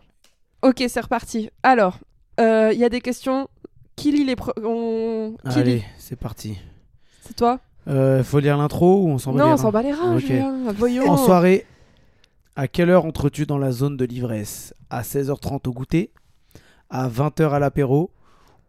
Ok, c'est reparti. Alors, euh, il y a des questions. Qui lit les pre- on... Qui Allez, lit c'est parti. C'est toi Euh, faut lire l'intro ou on s'en va Non, on lire, s'en hein bat les reins, Ok. Julien. Voyons. En soirée, à quelle heure entres-tu dans la zone de l'ivresse À 16h30 au goûter À 20h à l'apéro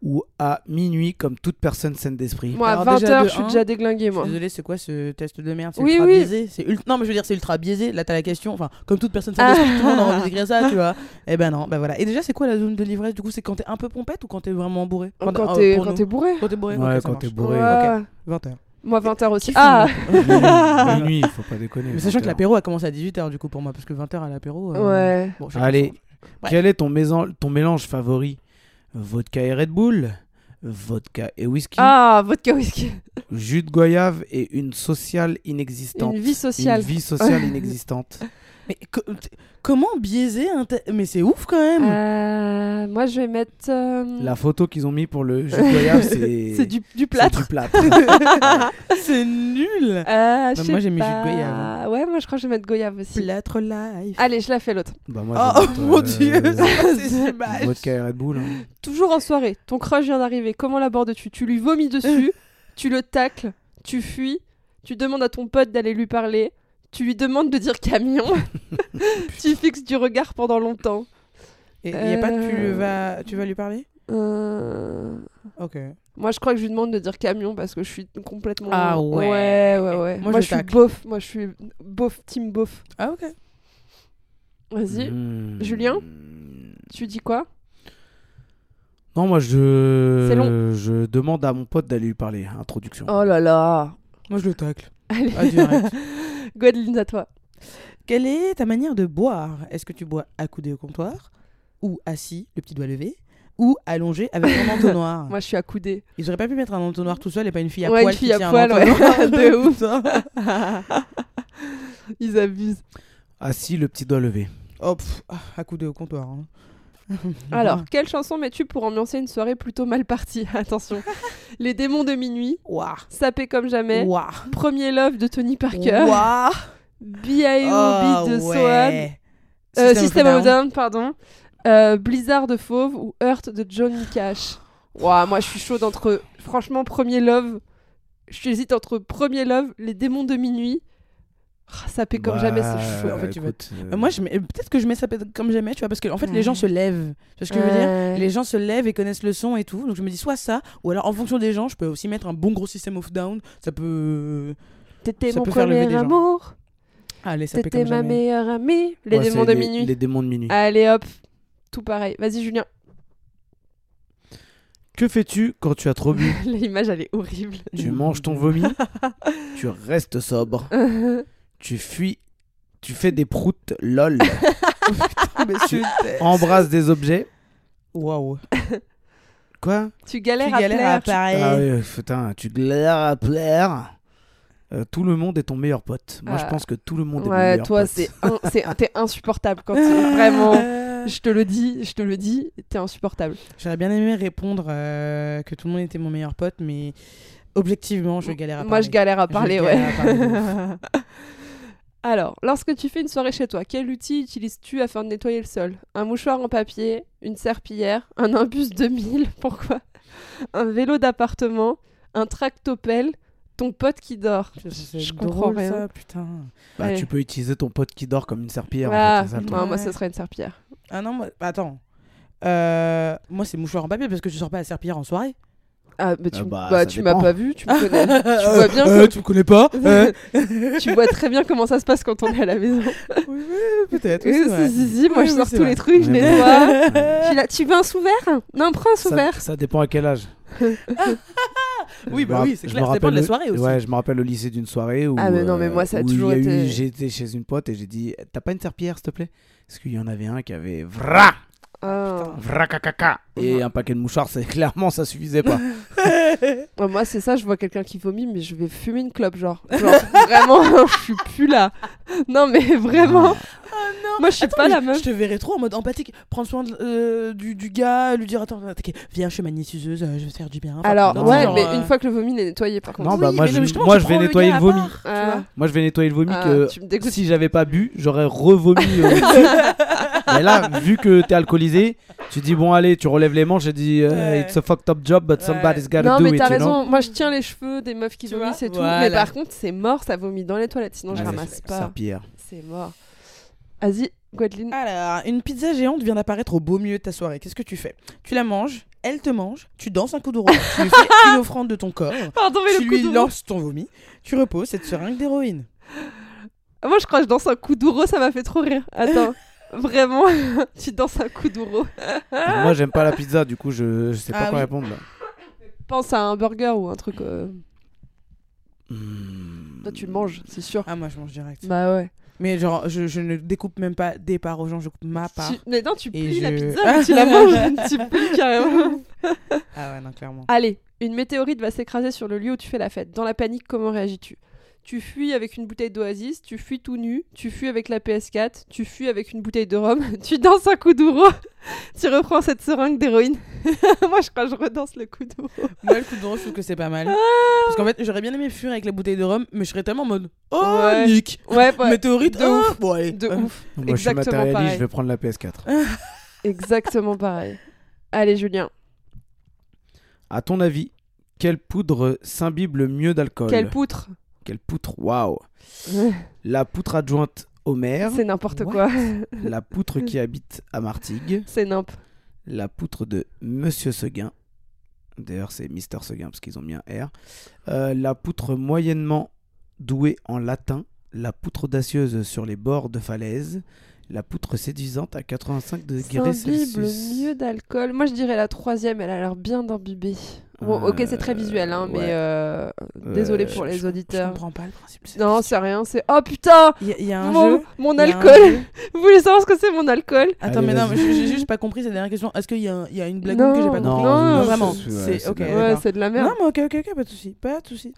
Ou à minuit comme toute personne saine d'esprit Moi, à Alors, déjà, 20h, de je suis un, déjà déglingué, Je moi. suis Désolé, c'est quoi ce test de merde C'est Oui, ultra oui. biaisé. C'est ul- Non, mais je veux dire, c'est ultra biaisé. Là, t'as la question. Enfin, comme toute personne, ça tout le monde a envie d'écrire ça, tu vois. Eh ben non, ben voilà. Et déjà, c'est quoi la zone de livresse Du coup, c'est quand t'es un peu pompette ou quand t'es vraiment bourré Quand, ah, t'es, pour quand nous. t'es bourré. Quand t'es bourré. Ouais, ok, ça quand t'es marche. bourré. Ouais. 20h. Moi, 20h aussi. Qui Ah Minuit, minuit, faut pas déconner. Mais sachant que 20h. l'apéro a commencé à 18h, du coup, pour moi, parce que 20h à l'apéro. euh, Ouais. bon, chacun Allez, son- Ouais. quel est ton, mésan- ton mélange favori Vodka et Red Bull Vodka et whisky Ah, vodka whisky. Jus de goyave et une sociale inexistante Une vie sociale. Mm. Une vie sociale inexistante. Mais co- t- comment biaiser un te- Mais c'est ouf quand même. Euh, moi, je vais mettre. euh, La photo qu'ils ont mis pour le jus de goyave, c'est... C'est du, du c'est plâtre. du plâtre. c'est nul. Euh, je Non, sais Bah, moi, j'ai mis jus de pas. goyave. Ouais, moi, je crois que je vais mettre goyave aussi. Plâtre live. Allez, je la fais l'autre. Bah, moi, je Oh vais mettre, mon euh, dieu, c'est si mal. Vodka et Red Bull. hein. Toujours en soirée, ton crush vient d'arriver, comment l'abordes-tu Tu lui vomis dessus, tu le tacles, tu fuis, tu demandes à ton pote d'aller lui parler, tu lui demandes de dire camion, tu fixes du regard pendant longtemps. Et il a pas tu Euh. vas, tu vas lui parler Euh, Ok. Moi, je crois que je lui demande de dire camion parce que je suis complètement. Ah ouais. Ouais, ouais, ouais. Moi, je Moi, je, suis tacle. beauf, moi, je suis beauf, team beauf. Ah ok. Vas-y, Mm. Mmh. Julien tu dis quoi Non, moi, je... C'est je demande à mon pote d'aller lui parler. Introduction. Oh là là Moi je le tacle. Allez, Ah, direct. Gwendoline, à toi. Quelle est ta manière de boire Est-ce que tu bois accoudé au comptoir ou assis, le petit doigt levé ou allongé avec un entonnoir Moi, je suis accoudée. Ils auraient pas pu mettre un entonnoir tout seul et pas une fille à Ouais, poil une qui fille à tient poil, un ouais. entonnoir. De ouf. Putain. Ils abusent. Assis, le petit doigt levé. Oh, pff, ah, accoudé au comptoir. hein. Alors, quelle chanson mets-tu pour ambiancer une soirée plutôt mal partie Attention. Les démons de minuit, Ouah. Sapé comme jamais, Ouah. Premier Love de Tony Parker, Ouah. B.I.O.B. de Oh, Sohan, ouais. System euh, of a System of a Down. Down, pardon, euh, Blizzard de Fauve ou Hurt de Johnny Cash. Ouah, moi je suis chaude entre, franchement, Premier Love. J'hésite entre Premier Love, Les démons de minuit. Ah, Sapé comme jamais, c'est chaud. en fait, tu veux. écoute, euh, Euh, Moi, je mets- peut-être que je mets ça peut-être comme jamais, tu vois, parce que en fait, les gens se lèvent. Tu vois ce que je veux dire Les gens se lèvent et connaissent le son et tout. Donc, je me dis soit ça, ou alors en fonction des gens, je peux aussi mettre un bon gros système of down. Ça peut. euh, T'étais ça mon peut faire lever premier des gens. amour, Allez, ça peut t'étais comme ma jamais. meilleure amie. Les ouais, démons c'est de minuit. Ah. Les démons de minuit. Allez hop, tout pareil. Vas-y Julien, Que fais-tu quand tu as trop bu l'image elle est horrible. Tu manges ton vomi, tu restes sobre, tu fuis, tu fais des proutes, lol, tu embrasses des objets. Waouh. Quoi tu Tu galères à galères à plaire. tu- pareil. Ah oui, putain, tu galères à plaire. Euh, tout le monde est ton meilleur pote. Moi, je Ah. pense que tout le monde est mon Ouais, meilleur toi pote. c'est in- c'est t'es insupportable quand tu- vraiment. Je te le dis, je te le dis, t'es insupportable. J'aurais bien aimé répondre euh, que tout le monde était mon meilleur pote, mais objectivement, je galère à Moi parler. je galère à Ah, Je parler, galère à parler ouais. Alors, lorsque tu fais une soirée chez toi, quel outil utilises-tu afin de nettoyer le sol Un mouchoir en papier, une serpillière, un imbus 2000, pourquoi Un vélo d'appartement, un tractopelle, ton pote qui dort. C'est- c'est Je drôle, comprends rien. ça, putain. Bah, Ouais. tu peux utiliser ton pote qui dort comme une serpillère. en Ah, fait, c'est ça, le truc. non, moi, Ouais. ce serait une serpillère. Ah non, moi, attends. Euh, moi, c'est mouchoir en papier parce que tu sors pas à serpillère en soirée. Ah, mais tu, Ah bah, bah, ça tu m'as dépend. pas vu, tu me connais. tu vois bien que- tu me connais pas hein. euh. tu vois très bien comment ça se passe quand on est à la maison. Oui, oui, peut-être. oui, Oui, c'est vrai. si, si, si, moi, Oui, je oui, sors c'est tous vrai. les trucs, je Mais les bon. vois. Ouais. Je suis là, tu veux un sous verre Non, prends un sous ça, verre. ça dépend à quel âge. Oui, Je bah me oui, rapp- c'est je clair, me ça dépend de la rappelle- soirée aussi. Ouais, je me rappelle au lycée d'une soirée où. euh, Ah, mais non, mais moi, ça a où toujours il y été- Eu... J'étais chez une pote et j'ai dit T'as pas une serpillère, s'il te plaît Parce qu'il y en avait un qui avait vra, Ah. vra, cacaca. Et un paquet de mouchards, c'est clairement, ça suffisait pas. Ouais, moi, c'est ça, je vois quelqu'un qui vomit, mais je vais fumer une clope, genre. Genre, vraiment, je suis plus là. Non, mais vraiment. Moi, je suis Attends, pas mais la meuf. Je te verrais trop en mode empathique, prendre soin de- euh, du, du gars, lui dire Attends, attends, t'inquiète, viens, je suis magnétiseuse, euh, je vais te faire du bien. Enfin, Alors, Non, ouais, genre, mais euh, une fois que le vomi est nettoyé, par contre. Non, oui, bah, moi, mais je- justement, moi, tu je vais prends le nettoyer gars le à vomi. part, tu Ah. vois. Moi, je vais nettoyer le vomi Ah, que tu me dégoûtes. si j'avais pas bu, j'aurais revomi. euh, dessus. Mais là, vu que t'es alcoolisé, tu dis bon allez, tu relèves les manches et dis euh, Ouais. it's a fucked up job, but somebody's gotta Non, do mais it. t'as you know. raison. Moi, je tiens les cheveux des meufs qui Tu vomissent vois et tout. Voilà. Mais par contre, c'est mort, ça vomit dans les toilettes. Sinon, je Ouais, ramasse c'est- pas. serpillère. C'est mort. Vas-y, Gwendoline. Alors, une pizza géante vient d'apparaître au beau milieu de ta soirée. Qu'est-ce que tu fais Tu la manges, elle te mange, tu danses un coup de roi, tu lui fais une offrande de ton corps, Pardon, mais tu le coup lui d'ouro. lances ton vomi, tu reposes cette seringue d'héroïne. Ah, Moi, je crois que je danse un coup d'ouro, ça m'a fait trop rire. Attends, vraiment, tu danses un coup d'ouro. Moi, j'aime pas la pizza, du coup, je, je sais pas Ah quoi oui. répondre. Là. Pense à un burger ou un truc. euh, Hmm. Toi, tu le manges, c'est sûr. Ah, moi, je mange direct. Bah ouais. Mais genre, je, je ne découpe même pas des parts aux gens, je coupe ma part. Tu- Mais non, tu Et plies la je- pizza, mais tu la manges, tu plies carrément. Ah ouais, non, clairement. Allez, une météorite va s'écraser sur le lieu où tu fais la fête. Dans la panique, comment réagis-tu Tu fuis avec une bouteille d'oasis, tu fuis tout nu, tu fuis avec la PS4, tu fuis avec une bouteille de rhum, tu danses un coup d'ouro, tu reprends cette seringue d'héroïne. Moi, je crois que je redanse le coup d'ouro. Moi, le coup de rhum, je trouve que c'est pas mal. Ah. Parce qu'en fait, j'aurais bien aimé fuir avec la bouteille de rhum, mais je serais tellement en mode Oh, Ouais. Nick Ouais, ouais. Météorite de ah, ouf. Bon, allez. De Euh, ouf. Moi, je suis Exactement matérialiste, pareil. je vais prendre la PS4. Exactement pareil. Allez, Julien, À ton avis, quelle poudre s'imbibe le mieux d'alcool quelle poutre Quelle poutre Waouh Ah La poutre adjointe au maire, C'est n'importe What quoi. la poutre qui habite à Martigues, C'est nimp. la poutre de Monsieur Seguin. D'ailleurs, c'est Mister Seguin parce qu'ils ont mis un R. Euh, la poutre moyennement douée en latin, la poutre audacieuse sur les bords de falaise, la poutre séduisante à 85 degrés S'imbibe le Celsius. mieux d'alcool. Moi, je dirais la troisième, elle a l'air bien imbibée. Bon, ok, c'est très Euh, visuel, hein, ouais. mais euh, désolé pour les Je auditeurs. comprends pas le principe. c'est- Non, c'est rien, c'est oh putain, Il y, a- il y a un mon, jeu. mon il y a un alcool. jeu. Vous voulez savoir ce que c'est mon alcool Attends, Allez, mais non, vas-y. mais j'ai j'ai juste pas compris cette dernière question. Est-ce qu'il y, a un- il y a une blague Non. que j'ai pas Non, compris non, non, vraiment. c'est- ouais, C'est c'est ok. de la- Ouais, d'accord. c'est de la merde. Eh ben. Non, mais ok, ok, ok, pas de souci, pas de souci.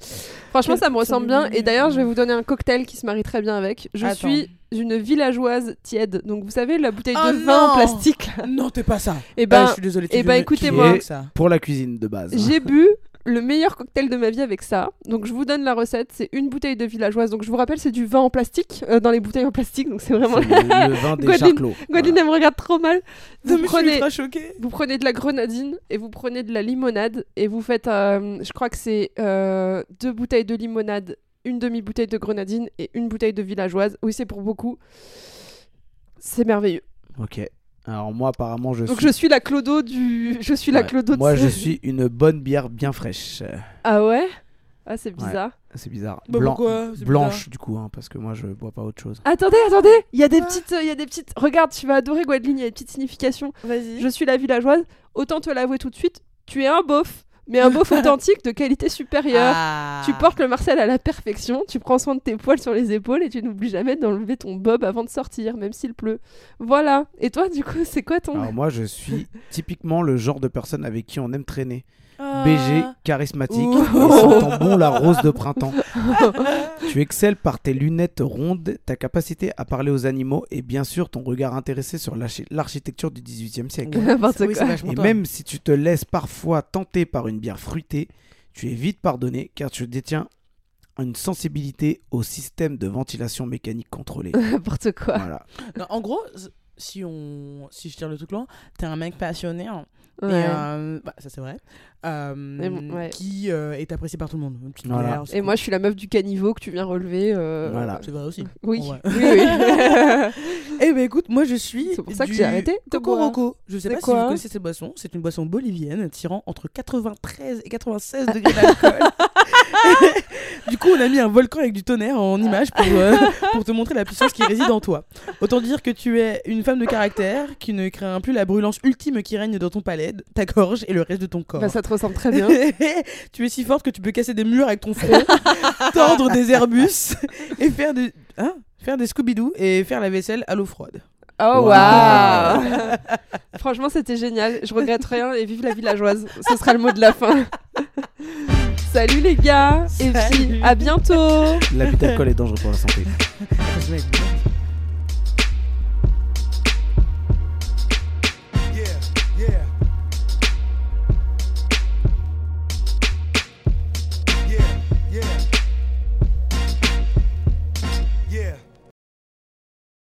Franchement, Quel- ça me ressemble bien. Et d'ailleurs, je vais vous donner un cocktail qui se marie très bien avec. Je Attends. suis une villageoise tiède. Donc, vous savez, la bouteille Oh de vin non en plastique. Non, t'es pas ça. Et Bah, ben, je suis désolée. eh tu ben, viens- tu écoutez-moi. viens avec ça. Pour la cuisine de base. hein. j'ai bu le meilleur cocktail de ma vie avec ça. Donc, je vous donne la recette. C'est une bouteille de villageoise. Donc, je vous rappelle, c'est du vin en plastique. euh, dans les bouteilles en plastique. Donc, c'est vraiment. C'est le, le vin des Godwin- charclos. Godwin, elle me regarde trop mal. Non, mais Vous je suis prenez- ultra choquée. Vous prenez de la grenadine et vous prenez de la limonade et vous faites, euh, je crois que c'est euh, deux bouteilles de limonade, une demi-bouteille de grenadine et une bouteille de villageoise. Oui, c'est pour beaucoup. C'est merveilleux. Ok. Alors moi apparemment je Donc suis. je suis la clodo du, je suis la Ouais. clodo de. Moi ce- je suis une bonne bière bien fraîche. Euh, Ah ouais. Ah c'est bizarre. C'est bizarre. Bah, Blanc- pourquoi C'est Blanche du coup hein, parce que moi je bois pas autre chose. Attendez, attendez. Il y a des Ah. petites, euh, il y a des petites. Regarde, tu vas adorer Guadeline. Il y a des petites significations. Vas-y. Je suis la villageoise. Autant te l'avouer tout de suite. Tu es un beauf, mais un beauf authentique de qualité supérieure. Ah. hein. Tu portes le Marcel à la perfection, tu prends soin de tes poils sur les épaules et tu n'oublies jamais d'enlever ton bob avant de sortir, même s'il pleut. Voilà. Et toi, du coup, c'est quoi ton. Alors moi je suis typiquement le genre de personne avec qui on aime traîner. Ah. BG, charismatique, Ouh. et sentant bon la rose de printemps. tu excelles par tes lunettes rondes, ta capacité à parler aux animaux et bien sûr ton regard intéressé sur l'archi- l'architecture du 18e siècle. N'importe Ah Oui, quoi. c'est vachement Et toi. même si tu te laisses parfois tenter par une bière fruitée, tu es vite pardonné car tu détiens une sensibilité au système de ventilation mécanique contrôlée. N'importe quoi. voilà. Non, en gros, si, on... si je tire le truc loin, t'es un mec passionné. hein. Et, Ouais. euh, bah, ça c'est vrai. Euh, Mais bon, ouais. Qui euh, est apprécié par tout le monde. Une petite Voilà. galère, c'est Et cool. moi, je suis la meuf du caniveau que tu viens relever. euh, Voilà. C'est vrai aussi. Oui. Ouais. oui, oui. Eh ben écoute, moi je suis. c'est pour ça que du j'ai arrêté de boire. Cocoroco. Je sais C'est pas si quoi vous connaissez cette boisson. C'est une boisson bolivienne tirant entre 93 et 96 degrés d'alcool. du coup, on a mis un volcan avec du tonnerre en image pour, euh, pour te montrer la puissance qui réside en toi. Autant dire que tu es une femme de caractère qui ne craint plus la brûlance ultime qui règne dans ton palais, ta gorge et le reste de ton corps. Bah, ça te ressemble très bien. tu es si forte que tu peux casser des murs avec ton front, tordre des Airbus et faire des, hein faire des Scooby-Doo et faire la vaisselle à l'eau froide. Oh, Waouh. waouh. Franchement, c'était génial. Je regrette rien et vive la villageoise. Ce sera le mot de la fin. Salut les gars. Et puis, Salut. à bientôt. L'abus d'alcool est dangereux pour la santé. Parce que, mec,